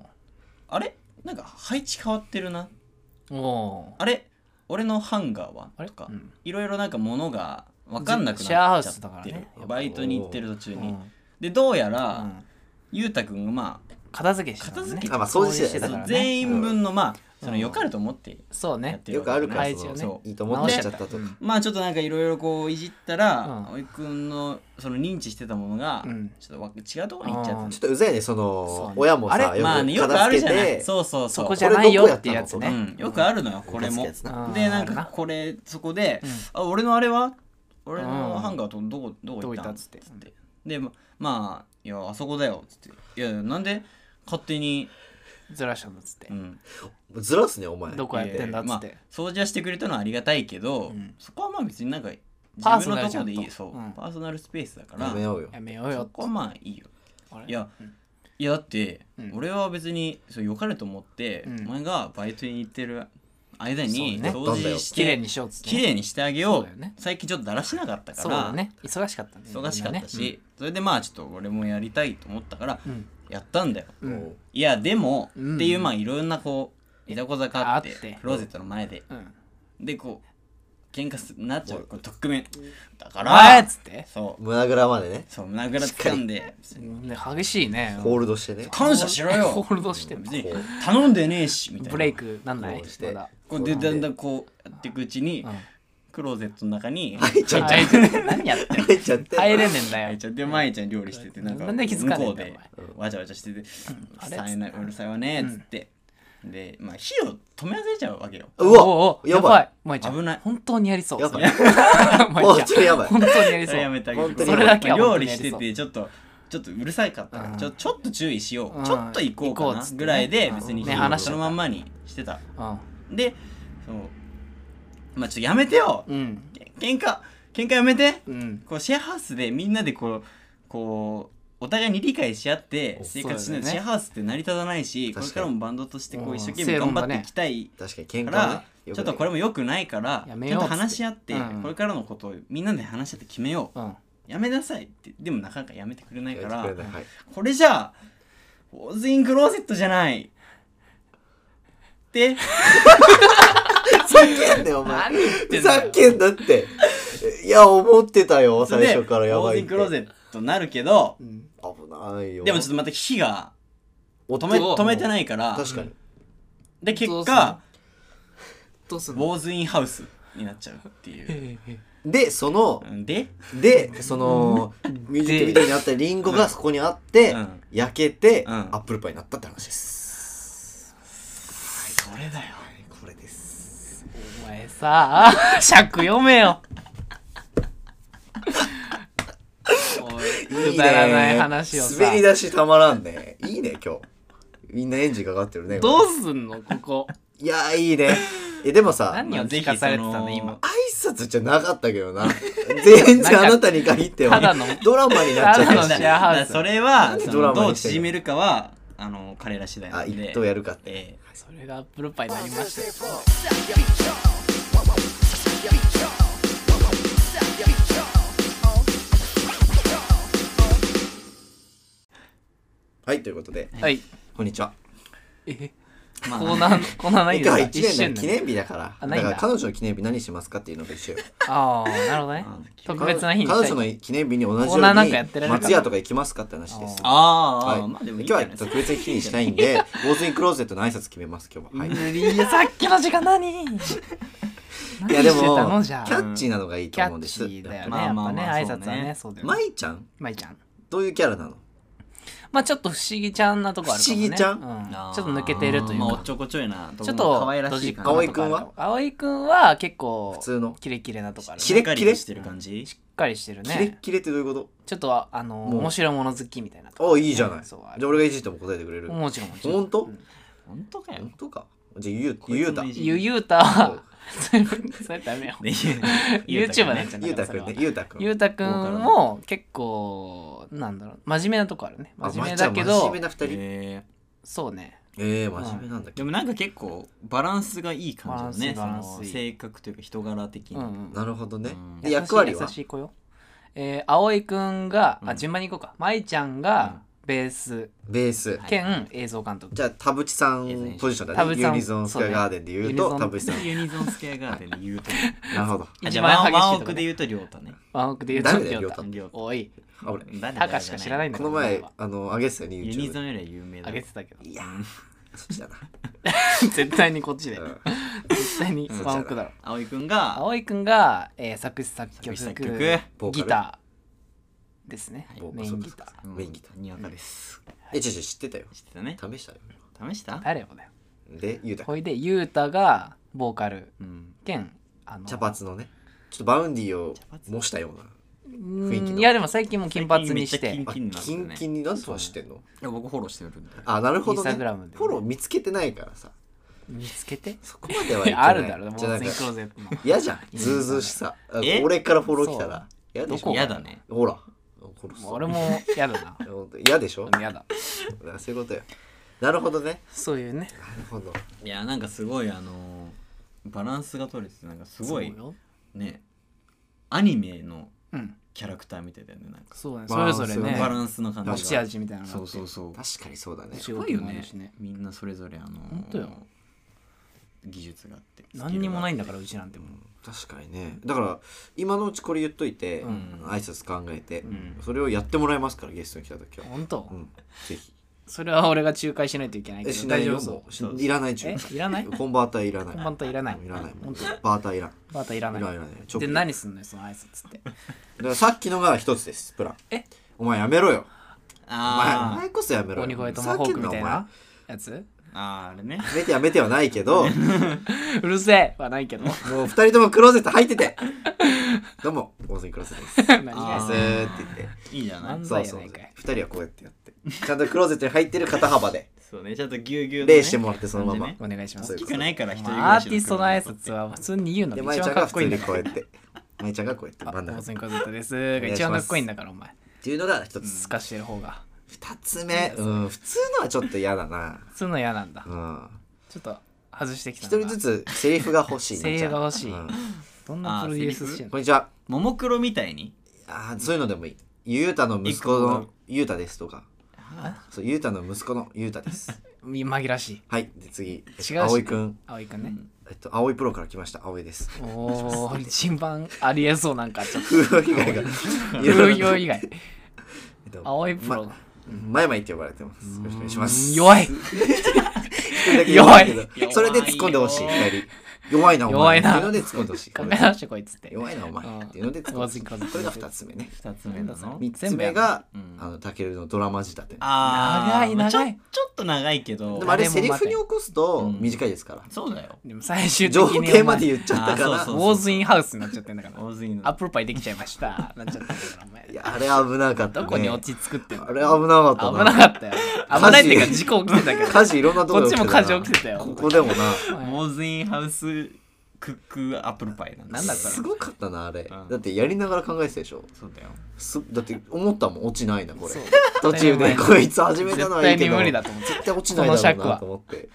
S3: あれなんか配置変わってるな
S1: おう
S3: あれ俺のハンガーは
S1: あれ
S3: とか
S1: うん
S3: いろいろなんか物が分かんなくなっ
S1: シ
S3: ち
S1: ェアハ
S3: ゃ
S1: ウ
S3: っ
S1: スだから
S3: てる
S1: ね
S3: バイトに行ってる途中に、
S1: うん
S3: でどうや
S1: う
S3: ら、
S1: ん
S3: ゆうたくんがま
S1: 片付けしてたもんね
S3: 片付け
S2: あまあ掃除して
S1: たからね
S3: 全員分のまあ
S1: ん
S3: その良かれと思って
S1: そう
S3: やっ
S1: ね
S3: て
S2: よ
S3: る
S2: く
S3: わ
S2: あ
S3: け
S2: る
S3: じゃ
S1: 配置を
S2: から
S3: ない
S1: ね
S2: そ
S3: そう
S2: いいと思ってしちゃったとか
S1: うん
S3: まあちょっとなんかいろいろこういじったら
S1: うん
S3: 葵くんのその認知してたものが
S1: うん
S3: ちょっとわ違うところに行っちゃ
S1: う
S3: っ
S1: ん
S2: ちょっとうざいねそ
S1: そう
S2: の
S1: ね
S2: 親もさ
S3: たまあねよくあ
S2: 片
S3: る
S2: 付
S3: じゃ
S2: け
S3: ない
S2: て
S3: そうそうそ
S1: そうこじゃないよってやつ
S2: ゃ
S3: う
S1: ね
S3: んよくあるのよこれも
S2: 片付けやつな
S3: で
S1: うん
S3: なん
S1: あ
S3: か
S1: る
S3: これそこで
S1: うん
S3: 「あ俺のあれは俺
S1: う
S3: の
S1: ん
S3: ハンガーとどこどこ行
S1: ど
S3: った
S1: こ行った
S3: ん?」
S1: っ
S3: っ
S1: つ
S3: つ
S1: っ
S3: っててでままあいやあそこだよっつって「いやなんで勝手に、
S1: ずらしたんだっつって
S3: うん、
S2: ずらすねお前
S1: どこやってんだっつっ
S3: いや
S1: て
S3: まあ、掃除はしてくれたのはありがたいけど、
S1: うん
S3: そこはまあ別になんか
S1: パーソ
S3: 自
S1: ナル
S3: 分の
S1: じ
S3: と
S1: ゃん
S3: ことでいいそう、
S1: うん
S3: パーソナルスペースだから
S2: やめようよ
S1: やめようよ
S3: そ
S1: っ
S3: こはまあいいよ
S1: て
S3: いや、
S1: うん
S3: いやだって、
S1: うん
S3: 俺は別にそう良かれと思って、
S1: うん
S3: お前がバイトに行ってる間に、
S1: そうね
S3: 掃除して
S1: 綺麗にしようっつって
S3: 綺麗にしてあげよ
S1: そう
S3: う
S1: だよね
S3: 最近ちょっとだらしなかったから
S1: そうだね忙しかったね
S3: 忙しかったし、
S1: みんなね
S3: それでまあちょっと俺もやりたいと思ったから、
S1: うん
S3: やったんだよ、
S1: うん
S2: も
S3: いやでも、
S1: うん
S3: っていうまあいろんなこういざこざがあって
S1: あって
S3: クローゼットの前で、
S1: うん
S3: でこう喧嘩すなっちゃうこうとっくめだか
S1: あーっ
S3: ら
S1: つって
S3: そう
S2: 胸ぐらまでね
S3: うそう胸ぐらつかんで
S1: ね激しいね
S2: ホールドしてね
S3: 感謝しろ
S1: ホ
S3: よ
S1: ールドしてんの
S3: 別に頼んでねえしみたいな
S1: ブレイクなんない
S2: こうして
S1: まだ
S3: こうでだんだんこうやっていくうちに、
S1: うん
S3: クローゼットの 中に
S2: 入っちゃって
S1: 何やってんの
S2: 入っちゃって
S1: 入れねえんだ
S3: 入っ
S1: よ
S3: ちゃって舞ちゃん料理しててなんか
S1: なんで気づかねえ
S3: 向こ
S1: ん
S3: う
S1: だよ
S3: でわちゃわちゃしてて「うるさいなうるさいわね」っつって、でまあ火を止め忘れちゃうわけよ
S2: うわ
S1: おうおう
S2: や
S1: や
S2: ば
S1: ば
S2: い
S1: い舞ちゃん
S3: 危ない
S1: 本当にやりそう
S2: やばい
S1: それ
S2: もう
S1: 舞ち
S2: ちょっ
S1: ゃ
S2: と
S1: ん
S2: やばい
S1: 本当にやり
S3: そ
S1: そう
S3: れやめてあげ
S2: 本当
S3: る
S2: に
S1: それだけは
S3: 料
S1: 本当
S3: 理
S1: にや
S3: し
S1: り
S3: て
S1: そう
S3: てちょっとちょっとうるさかったから、
S1: うん
S3: ちょちょっと注意しよう、
S1: うん
S3: ちょっと行こうか
S1: 行こう
S3: な
S1: っつってね
S3: ぐらいで別に
S1: うんね話しち
S3: そ
S1: ゃった
S3: のまんまにしてた
S1: うん
S3: でそうまあちょっとやめてよ、
S1: うん
S3: け喧嘩喧嘩やめて
S1: うん
S3: こうシェアハウスでみんなでこうこうお互いに理解し合って生活しな
S1: そうだ
S3: いと
S1: よね
S3: シェアハウスって成り立たないし、こ
S2: 確かに
S3: れからもバンドとしてこ
S1: う
S3: うん一生懸命頑張っていきたい
S2: 確かに喧
S3: か
S2: 嘩
S3: ら
S2: ね、
S3: ちょっとこれ
S2: も
S3: も良くないから
S1: やめ
S3: ちゃ
S1: よ
S3: ん
S1: うっつ
S3: と
S1: って
S3: 話し合って、
S1: うん
S3: これからのことをみんなで話し合って決めよう、
S1: うん
S3: やめなさいってでもなかなかやめてくれないから
S2: はい、
S3: これじゃあウォーズインクローゼットじゃないって
S2: 叫んだよお前
S1: 何言ってんだよ
S2: 叫んだっていや思ってたよ
S3: それ
S2: 最
S3: で
S2: 初からや
S3: ウォー
S2: ば
S3: ズ
S2: い
S3: イ
S2: っ
S3: ン
S2: て
S3: クローゼットなるけど
S1: うん
S2: 危ないよ
S3: でもちょっとまた火が止め止めてないから
S2: 確かに
S3: で結
S1: どうすん
S3: 果
S1: のどうす
S3: ウ
S1: ん
S3: ォ
S1: の
S3: ーズインハウスになっちゃうっていう
S2: でその
S3: うんで
S2: でそのミュージックビデオにあったリンゴがそこにあって、
S3: うん
S2: 焼けて、
S3: うん
S2: アップルパイになったって話です
S3: それだよ
S2: はいこれです
S1: お前さあ尺読めよ
S2: いいね
S1: くだらない話をさ
S2: 滑り出したまらんねいいね今日みんなエンジンかかってるね
S1: どう
S2: こ
S1: すんのここ
S2: れいやいいねえでもさ
S1: 何を
S3: ぜ
S1: 聞
S3: ひその
S1: かされてたの今
S2: 挨拶じゃなかったけ どな全然あなたに限っては
S1: ただの
S2: ドラマになっちゃ
S1: ただ
S2: い
S1: の
S2: まし
S1: シ
S2: た
S1: ェアハウス
S3: それは
S2: なんで
S3: そ
S2: ドラ
S3: の
S2: マにしてんの
S3: どう縮めるかはあの彼ら次第な
S2: あ
S3: んで
S2: 一等やるかって
S3: え
S1: それがアップルパイになりましたよ
S2: はいということで
S1: はい
S2: こんにちは
S1: え
S3: えまあ
S1: コーナーコーナーないんで
S2: 今
S1: す
S2: 日
S1: か
S2: は1年の記
S1: ね
S2: 念日だから
S1: あ
S2: だ
S1: ないん
S2: か
S1: だ
S2: ら彼女の記念日何しますかっていうのと一緒よ
S1: ああなるほどね特別な日にした
S2: 彼
S1: い
S2: 女の記念日に同じよ
S1: オー
S2: う
S1: ナーなんかやってら
S2: に
S1: れるかな
S2: 松屋とか行きますかって話です
S1: あ
S3: あ
S2: は
S3: ー、
S2: い
S3: まあでもいい
S2: 今日は
S3: じゃな
S2: い
S3: ですか
S2: 特別な日にしたい んでウォーズインクローゼットの挨拶決めます今日は、はい、い
S1: いやさっきの時間何何して
S2: やでもキ
S1: たのじゃ
S2: ャ
S1: あ
S2: ッチーなのがいい
S1: キ
S2: と
S1: ャ
S2: 思うん
S1: ッ
S2: で
S1: チ
S2: す
S1: ーだよね、
S3: まあ
S1: やっ
S3: ま
S1: ぱ
S3: あ
S1: ね、
S3: まあ
S1: 挨
S3: そうね
S1: 拶はね、そうだよね。
S2: 舞ちゃん
S1: まいちゃん。
S2: どういうキャラなの
S1: まあちょっと不思議ちゃんなとこあるかもね。
S2: 不思議ちゃん
S1: う
S3: あー
S1: ちょっと抜けてるという
S3: まあ、お
S1: か
S3: っ。ちょこちょいなこも
S1: ちょっと
S3: 可愛らしい
S1: ドジっ
S3: 感
S1: 子
S2: 可
S1: な
S2: 愛
S3: じ
S2: い
S1: とこあるかも
S2: 葵
S1: 葵くんは結構、
S2: 普通の
S1: キレキレなとこある、ね。
S2: キ
S1: し
S2: レ
S1: っ
S2: ッキレ
S3: しっかりしてる感じ
S1: かりしてる
S2: キレッ
S1: ね。
S2: キレってどういうこと
S1: ちょっと、あの、
S2: もう
S1: 面白いもの好きみたいなとこ。
S2: あいいじゃないじ
S1: そう
S2: ゃ
S1: あ
S2: あ
S1: る
S2: 俺がいじっても答えてくれる
S1: もちろん、もちろん。
S2: 本当
S1: うん
S3: 本当かよ
S2: 本当かじゃあゆうゆうた
S3: こいつの
S1: ゆ、ゆうたは、それ、それダメよ。
S3: ね
S1: YouTuber になっちゃう
S2: ゆうたくんねゆうたくん
S1: ゆうたくんも結構、なんだろう、真面目なとこあるね。
S2: あ
S1: 真面目だけ
S2: まっちゃん真
S1: ど
S2: 面目、な二人
S3: え
S1: そうね。
S2: えー、真面目なんだけ
S3: ーで
S2: ど
S3: もなんか結構バランスがいい感じだね
S1: バランス
S3: そ
S1: バラン
S3: の
S1: スいい
S3: 性格というか人柄的に、
S1: うんうん。
S2: なるほどね
S3: うん
S2: で役割
S1: 優
S2: は
S1: しい優しい子よえー、葵くんが、
S3: う
S1: あ
S3: ん
S1: 順番に行こうか舞ちゃんがベース
S2: ベース
S3: はい
S1: 兼映像監督、
S2: じゃあ田淵さんポジションだ
S1: 田
S2: ね
S1: 淵さ
S2: ユ
S1: ん
S2: ニゾンスカイガーデンで言う
S1: そ
S2: と
S1: うね
S2: 田 淵さん
S3: ユニゾンスケアガーデンで言うと
S2: なるほど
S3: あ
S1: 一
S3: じゃ
S1: 番
S3: あワン
S1: 激しい
S3: ワン
S1: と
S3: オ
S1: こ
S3: クで
S1: ね
S3: 言うと亮太ね
S1: ワンオクで言う
S2: 誰
S1: と
S2: だよ
S1: 亮
S2: 亮
S1: 太
S2: 太
S3: 亮太
S1: おい
S2: あ俺
S1: タカしか知らないいんだ
S2: こ
S1: から
S2: の前
S1: 俺は
S2: あのあげてたよね
S3: ユニゾ
S2: YouTube
S3: ンよりは有名だ
S1: あげてたけど
S2: いやーそっちだな
S1: 絶対にこっちで、
S2: うん
S1: 絶対にワンオクだろ
S3: 葵くんが
S1: 葵くんが、えー、作詞作曲
S3: 作詞作曲
S2: ボーカ
S1: ギ
S2: ル
S1: ターですね、
S2: ボーカ
S1: メ
S2: ル
S1: イ
S2: そう
S1: ン
S2: か
S1: ギ
S2: そう
S1: タ
S2: か
S1: ー
S3: うん
S2: メインギタ
S3: にわかです
S2: ーえちょちょ知ってたよ
S3: 知ってたね
S2: 試したよ
S3: 試した
S1: 誰もだよ
S2: でゆうたくん
S1: ほいでゆうたがボーカル
S3: うん
S1: 兼あの
S2: 茶髪のねちょっとバウンディを
S3: 髪
S2: 模したような
S1: うん
S2: 雰囲気の
S1: いやでも最近もう金髪にし
S3: 最近
S1: て
S3: めっちゃ
S2: キ
S3: 金に
S2: ン
S3: なった
S2: キ
S3: ね
S2: ンキンになんとは知ってんの
S3: いや僕フォローしてるんで
S2: あなるほどね
S1: Instagram で
S2: フォロー見つけてないからさ
S1: 見つけて
S2: そこま ではいけない
S1: あるだろう、もう
S2: じゃあなん
S1: 全クロー
S2: か
S1: ゼット の。
S2: 嫌じゃんズーズーしさあ
S3: え
S2: 俺からフォロー来たら嫌でし
S1: ど
S2: ょ
S1: こ
S3: 嫌だね
S2: ほら殺す
S1: も
S2: ぞ
S1: う俺も嫌だな。
S2: ほんと嫌でしょ
S1: 俺も嫌だ。
S2: そういうことよなるほどね
S1: そういうね。
S2: なるほど
S3: いやなんかすごいあのーバランスが取れててなんかすごい
S1: そうよ
S3: ねアニメの
S1: うん。
S3: キャラクターみたいだよねなんか
S1: そうね。
S2: ま
S1: そ
S2: あ
S1: れぞれ
S2: そう
S1: ね
S2: ね
S3: バ。ランスの感じが
S1: 持ち味みたいなのがあっ
S3: そう
S1: て
S3: そうそう
S2: 確かにそうだね
S1: 仕
S3: すご
S1: 事
S3: いよ
S1: もある
S3: ね
S1: しね。
S3: みんなそれぞれあのー
S1: ほんとよ
S3: 技術があって
S1: 何にもないんだからら、うちなんてもう。
S2: 確かにねだから今のうちこれ言っといて、
S1: うん
S2: 挨拶考えて、
S3: ん
S2: それをやってもらいますからゲストに来た時は、
S1: 本当
S2: うん、ぜひ
S1: それは俺が仲介しないといけないけ
S2: え
S1: ど。
S2: しないよ
S1: 大丈夫
S2: もうし
S3: そう
S2: いらない中
S1: え、いらない
S2: コンバーターいらない
S1: コンバーターいらない
S2: いらないも
S1: 本
S2: ん
S1: 当
S2: バーターいらん
S1: またいらないい
S2: らんいらない。直
S1: で、
S2: だ
S1: 何すんのよ、その挨拶って。
S2: からさっきのが一つですプラン
S1: え
S2: お前やめろよお前お
S3: あー
S2: 前こそやめろ
S1: 鬼越
S2: よ
S1: ト
S2: さ
S1: マ
S2: っ
S1: ホー
S2: き
S1: ク
S2: の
S1: みたい
S2: お前や
S1: なやつ
S3: あーあれね
S2: めてやめてはないけども
S1: うるせえはない けど。
S2: う二人ともクローゼット入っ ててどうも温泉クローゼットです
S1: 何
S2: で
S1: が
S2: す
S3: あ
S1: や
S2: ーって言って
S3: いいじゃない
S1: 漫
S2: そ
S1: 才
S2: う
S1: や
S2: そう
S1: ないかい
S2: 2人はこうやってやってちゃんとクローゼットに入ってる肩幅 で
S3: そうねちょっとぎゅうぎゅうのね
S2: 礼してもらってそのまま
S3: 感じね
S1: お願いしま
S2: そ
S1: す
S2: うい
S3: 大
S2: う。
S3: きくないから一人暮
S1: まあア
S3: らし
S1: ーティストの挨拶
S3: は
S1: は普通に言うの
S2: で
S1: が
S2: 舞
S1: 一
S2: ち
S1: 番
S2: ゃん
S1: か
S2: が
S1: っ
S2: 普
S1: こ
S2: 通
S1: いいんだ
S2: に
S1: か
S2: こ
S1: ら
S2: うやって舞ちゃんがこうやって真ん
S1: あ、
S2: 中
S1: 温泉家族ですが
S2: お願い
S1: 一
S2: し
S1: 番か
S2: ます
S1: っこいいんだからお前
S2: っていうのが一つ
S1: すかしてる方が
S2: 二つ目うん普通のはちょっと嫌だな
S1: そういうの嫌なんだ
S2: うん
S1: ちょっと外してきた
S2: 一
S1: な
S2: 人ずつセリフが欲しい な
S1: セリフが欲しい
S2: じゃあうん
S1: どんなプロデュースしてん
S2: こ
S1: の
S2: んにちは
S3: ももクロみたいに
S2: あーそういうのでもいいゆうたの息子のゆうたですとかそうゆうたの息子のゆうた です
S1: 紛らしい
S2: はいで次えっと
S1: 違うし
S2: 葵くん
S1: 葵くんね
S2: えっと葵プロから来ました 葵です
S1: おお順番ありえそうなんか ちょっと
S2: 風評被害が
S1: 風評以外
S2: えっと
S1: 葵プロ
S2: ままいまいって呼ばれてますよろしくお願いします
S1: 弱い
S2: 一人だけ弱いけど
S3: 弱い
S2: それで突っ込んでほしい二人弱いなお前
S1: 弱いな
S2: っていうので突っ込んでほしい
S1: カメラしてこいっつって
S2: 弱いなお
S1: うん
S2: 前っていうので突っ込んでほしいこ
S1: ごずごず
S2: れが二つ目ね
S3: 2つ目なの
S2: 三つ目があのタケルのドラマ仕立て
S3: あー
S1: 長い
S3: まあちょ
S1: 長い
S3: ちょっと長いけど
S2: でもあれ
S1: 誰も
S2: セ
S1: 待
S2: リ
S1: て
S2: フに起こすと
S3: うん
S2: 短いですから
S3: そうだよ
S1: でも最終的
S2: 情
S1: に
S2: 景
S1: お前
S2: まで言っちゃったか
S3: あ
S2: ら
S3: ー
S1: ウ
S3: そう
S1: ォーズインハウスになっちゃってんだから
S3: 大勢の
S1: アップルパイできちゃいましたなっちゃったんだからお前
S2: いやあれ危なかった
S1: ど
S2: ね
S1: こに落ち着くってんの
S2: あれ危なかった
S1: 危なかったよ危ないっていう
S2: 火
S1: か
S2: 事
S1: 事故起きてたけど
S2: 火事いろんなとこで起きてたな
S1: こっちも火事起きてたよ
S2: ここでもな
S3: モーズインハウスクックアップルパイなんだ
S1: なんだそれ
S2: すごかったなあれ
S3: ん
S2: だってやりながら考えてたでしょ
S3: そうだよ
S2: すだって思ったもん落ちないなこれ
S1: そう
S2: 途中でこいつ始めたのはいいけ
S1: 絶対に
S2: ど
S1: 無理だと思って
S2: 絶対落ちないだろうなと思って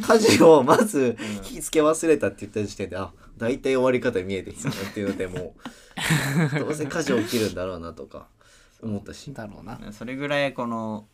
S2: 家事をまず引き付け忘れたって言った時点であ大体終わり方見えてきたなっていうの でもうどうせ家事起きるんだろうなとか思ったし
S1: だろうな
S3: それぐらいこの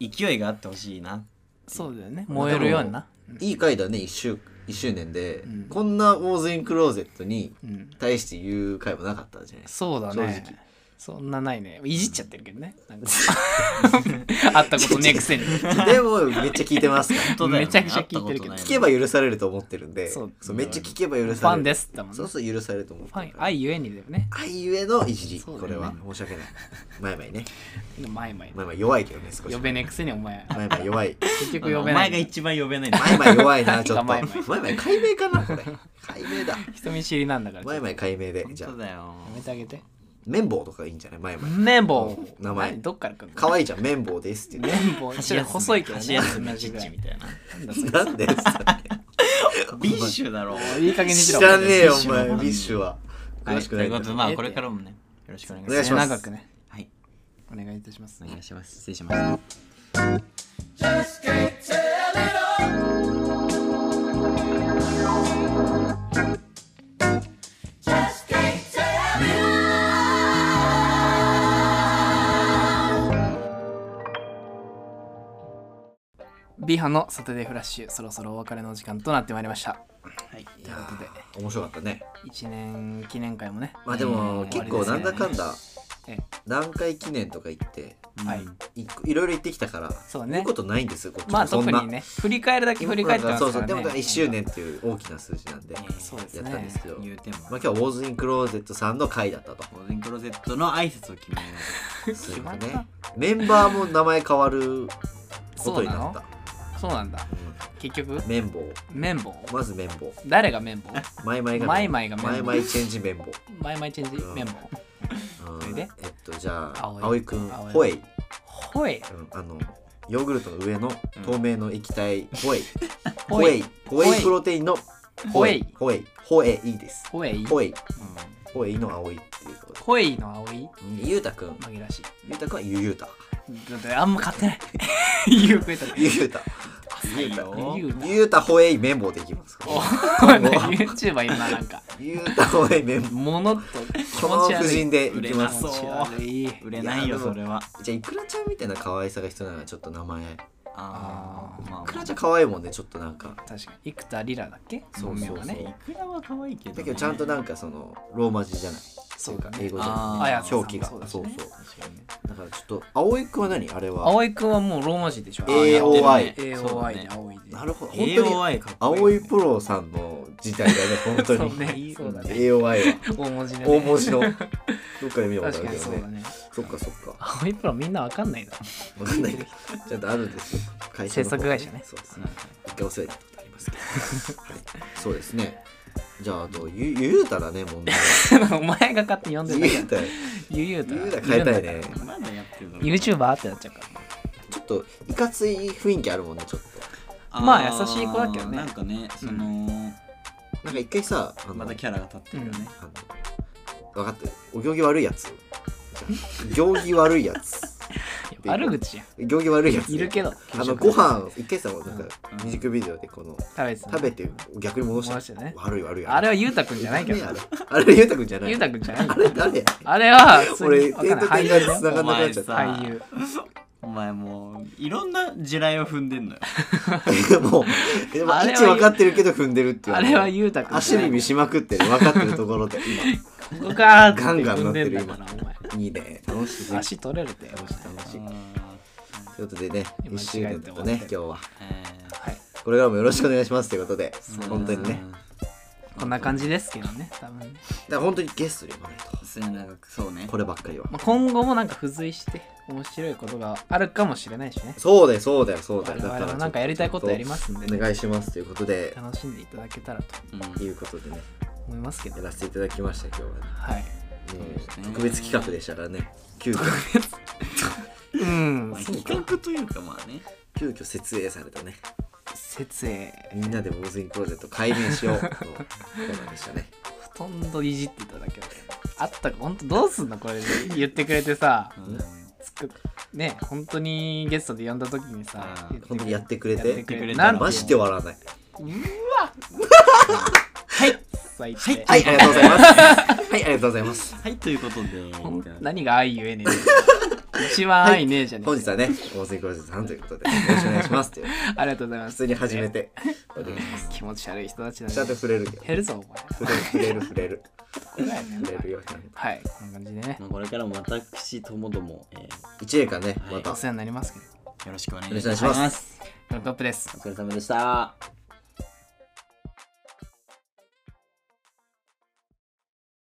S3: 勢いがあってほしいな
S1: そうだよね燃えるようにな、
S2: いい回だね1周一周年で、
S1: ん
S2: こんな「ウォーズ・イン・クローゼット」に
S1: うん、
S2: 対して言う回もなかったじゃないですか
S1: そうだね
S2: 正直
S1: そんなないねいじっちゃってるけどねなんか 会ったことねえく せに
S2: でもめっちゃ聞いてますから
S3: 本当だよね
S1: めちゃくちゃ聞いてるけど
S3: 会っ
S2: 聞
S3: たこと
S2: け
S3: な
S2: ば
S3: い
S2: 許されると思ってるんで
S1: そう
S2: そうめっちゃ聞けば許される
S1: ファンですって言ったもんね
S2: そうそう許されると思う
S1: ファン愛ゆえにだよね
S2: 愛ゆえのいじり、
S1: そうだ
S2: こ
S1: よ
S2: れ
S1: ね
S2: は申し訳ない前々ね
S1: 前々
S2: 前々弱いけどね少し
S1: 呼べねえくせにお前
S2: 前々弱い
S1: 結局
S3: お
S1: 呼べな
S3: 前が
S1: い
S3: 一番呼べないんだ
S2: 前々弱 いなちょっと前
S1: 前
S2: 々
S1: 々
S2: 解明かなこれ解 明だ
S1: 人見知りなんだから
S2: 前
S1: や
S2: 々解明で
S3: 本
S2: じゃ
S3: 当
S2: あ
S3: だよ
S1: めてあげて
S2: 綿棒とかいいんじゃない前々
S1: 綿棒
S2: 名前
S1: 何どっから来るの
S2: 可愛いじゃん綿棒ですって言っ
S1: 綿棒ちょっと細いけど
S3: 箸
S1: ね
S3: 休め
S1: 同
S3: チ
S1: じぐ
S3: ッ
S1: ら
S3: チ
S1: い
S3: みたいな
S2: てなんで
S3: ビッシュだろ
S1: いい加減にしろ
S2: 知らねえよ
S1: ビッシ
S2: お
S1: ュ
S2: 前
S1: の
S2: ビッシュは
S3: は
S2: 詳
S3: い
S2: し
S3: と
S2: くないいうんだ
S3: ことでまあこれからもねよろしくお願いし
S2: お
S3: ま
S2: 願い
S3: す
S2: します
S1: 長くね
S3: はい
S1: お願いいたします
S3: お願いします失礼しました
S1: ビハのサテデーフラッシュそろそろお別れの時間となってまいりましたはいという
S2: いや
S1: ことで
S2: ー面白かったね
S1: 1年記念会もね
S2: まあでも
S1: えー
S2: 結構なんだかんだ
S1: え
S2: 南海記念とか行って
S1: えはい
S2: いいろいろ行ってきたから
S1: そうね
S2: 言うことないんですよこっち
S1: まあ
S2: そ
S1: 特
S2: んな
S1: にね振り返るだけ振り返ってますか
S2: そうそう
S1: ら
S2: でも
S1: ね
S2: 1周年っていう大きな数字なんでやっ
S1: そうです
S2: た
S1: ね
S2: んですけど、
S3: 言うても
S2: まあ、今日はウォーズ・イン・クローゼットさんの回だったと。
S3: ゴールデンクローゼットの挨拶を決めよ
S2: そういう
S1: ま
S2: こ
S1: っ
S2: と
S1: た
S2: ね。メンバーも名前変わるこ
S1: そ
S2: と
S1: う
S2: に
S1: な
S2: なっ
S1: の
S2: た。
S1: そうなんだ結局
S2: 綿棒。
S1: 綿棒
S2: まず綿棒。
S1: 誰が 綿棒
S2: マイマイが
S1: マイマイが綿棒
S2: マイマイチェンジ綿棒。
S1: マイマイチェンジ
S2: うん
S1: 綿棒
S2: うん
S1: それで
S2: えっと、じゃあ、
S1: 葵
S2: 葵くん、
S1: 葵
S2: ホエイ。うん
S1: ほえ
S2: あの、ヨーグルトの上の透明の液体、ホエイ。ホ
S1: ほ
S2: エイ
S1: え。
S2: ホエイプロテインの
S1: ホエイ
S2: ホエイ。ホエイです。
S1: ほえい
S2: ホエイ。
S3: う
S2: ホエイの葵っていうことで。
S1: ほえいの葵
S2: ゆうたくん。
S1: 紛らわしい
S2: ゆうたくんはゆゆうた。
S1: だってあんま買ってない 言うこえた
S2: ゆゆうた。
S3: うんいいよ
S1: 言うな
S2: ゆうたほえい綿棒でいきますから。
S1: YouTuber 今なん か
S2: ゆうたほえい綿棒。
S1: 物と気持
S2: この
S1: ち
S2: 布
S1: 悪い
S2: 陣でいきます
S1: 気。持ち悪い
S3: 売れないよそれは
S2: じゃあ、いくらちゃんみたいな可愛さが必要なのはちょっと名前。い
S3: あーまあ
S2: くらちゃん可愛いもんね、ちょっとなんか。
S1: 確かに生田リラだっけ
S2: そうそうそう
S1: 本名がね
S3: いくらは可愛いけどね
S2: だけどちゃんとなんかその、ローマ字じゃない。
S1: そうだね
S2: 英語じゃ
S3: あー
S2: ない
S3: 綾。瀬さんも
S2: 表記が。
S1: そ
S2: そうう
S1: だし
S2: そう
S1: ね。
S3: 確かにね
S2: だからちょっと、葵くんは何あれは。
S1: 葵くんはもうローマ字でしょ
S2: AOI
S1: AOI で葵で
S2: なるほど。本当に、
S3: AOI かっこいい
S2: 葵プロさんの時代だね、本当
S1: そう
S2: に。
S1: ねそうだね
S2: AOI は。
S1: 大文字でね
S2: 大文字の。どっかで見た
S1: 確
S2: ことある
S1: か
S2: け
S1: に
S2: ど
S1: そうだ
S2: ね。
S1: ね
S2: そっかそっか。
S1: 葵プロみんなわかんないだろ
S2: わかんないけど、ちゃんとあるんですよ。会社
S1: 制
S2: の方
S1: 作会社ね
S2: そうですね。一回お世話になったことありますけど。はい、そうですね。じゃあ、あと、ゆ、ゆうただね、問題は。
S1: お前が勝手に呼んで
S2: ゆ
S1: るだけ
S2: うた、
S1: ゆうゆうた
S2: ゆうた変えたいね。
S3: まだやってるの
S1: ユーチューバーってなっちゃうから
S2: ちょっと、いかつい雰囲気あるもんね、ちょっと。
S3: ー
S1: まあ優しい子だけどね
S3: なんかねその、
S2: なんか一回さ、あの、
S3: またキャラが立ってるよね、
S2: あの分かってるお行儀悪いやつ。行儀悪いやつ
S1: 悪口やん
S2: 行儀悪いやつね
S1: いるけど
S2: あのご飯一回さなんかミュージックビデオでこの
S1: 食べてた
S2: 食べて逆に戻した
S1: 戻してね
S2: 悪い悪い
S1: あれはゆうたくんじゃないけど
S2: あれあれゆうたくんじゃない
S1: ゆうたくんじゃない
S2: あれ誰や
S1: あれは普通に
S2: 俺エン
S1: わ
S2: ト
S1: かん
S2: テイ
S1: ない俳
S2: ナ
S1: 優だ
S2: ーに
S1: よ
S2: 繋がんなくなっちゃっ
S3: お前さ
S2: た
S1: 俳優
S3: お前もういろんな地雷を踏んでんのよ
S2: もうでも
S1: あ
S2: 位
S1: れは
S2: 置分かってるけど踏んでるっていう
S1: あれはゆうたくん
S2: 足踏みしまくってる分かってるところで
S1: ここかーって
S2: ガンガン
S1: 踏
S2: 乗
S1: ん
S2: って
S1: で
S2: る
S1: んだから
S2: 今いいね楽しい
S1: お前足取れるってよ
S2: 楽しい楽しい
S3: うん
S2: ということでね
S1: 今
S2: 1周年だった
S1: 間違
S2: ね
S1: え
S2: 今
S1: て
S2: 日は
S3: え
S2: これからもよろしくお願いしますということで
S3: ー
S2: 本当にね
S1: こんな感じですけどね多分ね
S2: だから本当にゲストで呼ばないと
S3: 末永くそうね
S2: こればっかりは
S1: まあ今後もなんか付随して面白いことがあるかもしれないしね
S2: そうだよそうだよそうだよ
S1: 我々もなんかやりたいことやりますんで
S2: お
S1: ね
S2: 願いしますということで
S1: 楽しんでいただけたらと
S3: うん
S2: いうことでね
S1: 思いますけど
S2: やらせていただきました今日はね
S1: はい
S2: もう
S3: ね
S2: 特別企画でしたからね急遽
S1: うん
S3: まあ企画というかまあね
S2: 急遽設営されたね
S1: 設営
S2: みんなで坊主にクローゼット解明しようのコーナーでしたね
S1: ほとんどいじっていただけだけどあったかほんとどうすんのこれで言ってくれてさ
S3: うん
S1: つくね本当にゲストで呼んだ時にさ
S3: うん
S1: 言
S2: 本当にやってくれ
S1: やって
S2: て
S1: くれ
S3: やってくれ
S1: て
S3: た
S1: なんて
S2: マジで笑わない
S1: 最低
S2: はいありがとうございますはいありがとうございます
S3: はいということで
S1: ほん何が愛ゆえねえ一番愛ねえじゃねえ
S2: 本日はね坊主にクローゼットさんということでよろしくお願いしますという
S1: ありがとうございま
S2: 普
S1: す
S2: 通に始めてお願いします
S1: 気持ち悪い人たちだ
S2: ちゃんと
S1: ね
S2: 触れるけど
S1: 減るぞお前
S2: 触れる触れる
S1: こだよね
S2: 触れるよちゃんと
S1: はいこんな感じでね
S3: まあこれからも私ともども、えー
S2: 1年間ね
S3: はい
S2: また
S1: お世話になりますけど
S3: よろしくお願
S2: よろ
S3: い
S2: し
S3: し
S2: くお願
S3: ま
S2: い
S3: す
S2: します
S1: トップです
S3: お疲れ様でした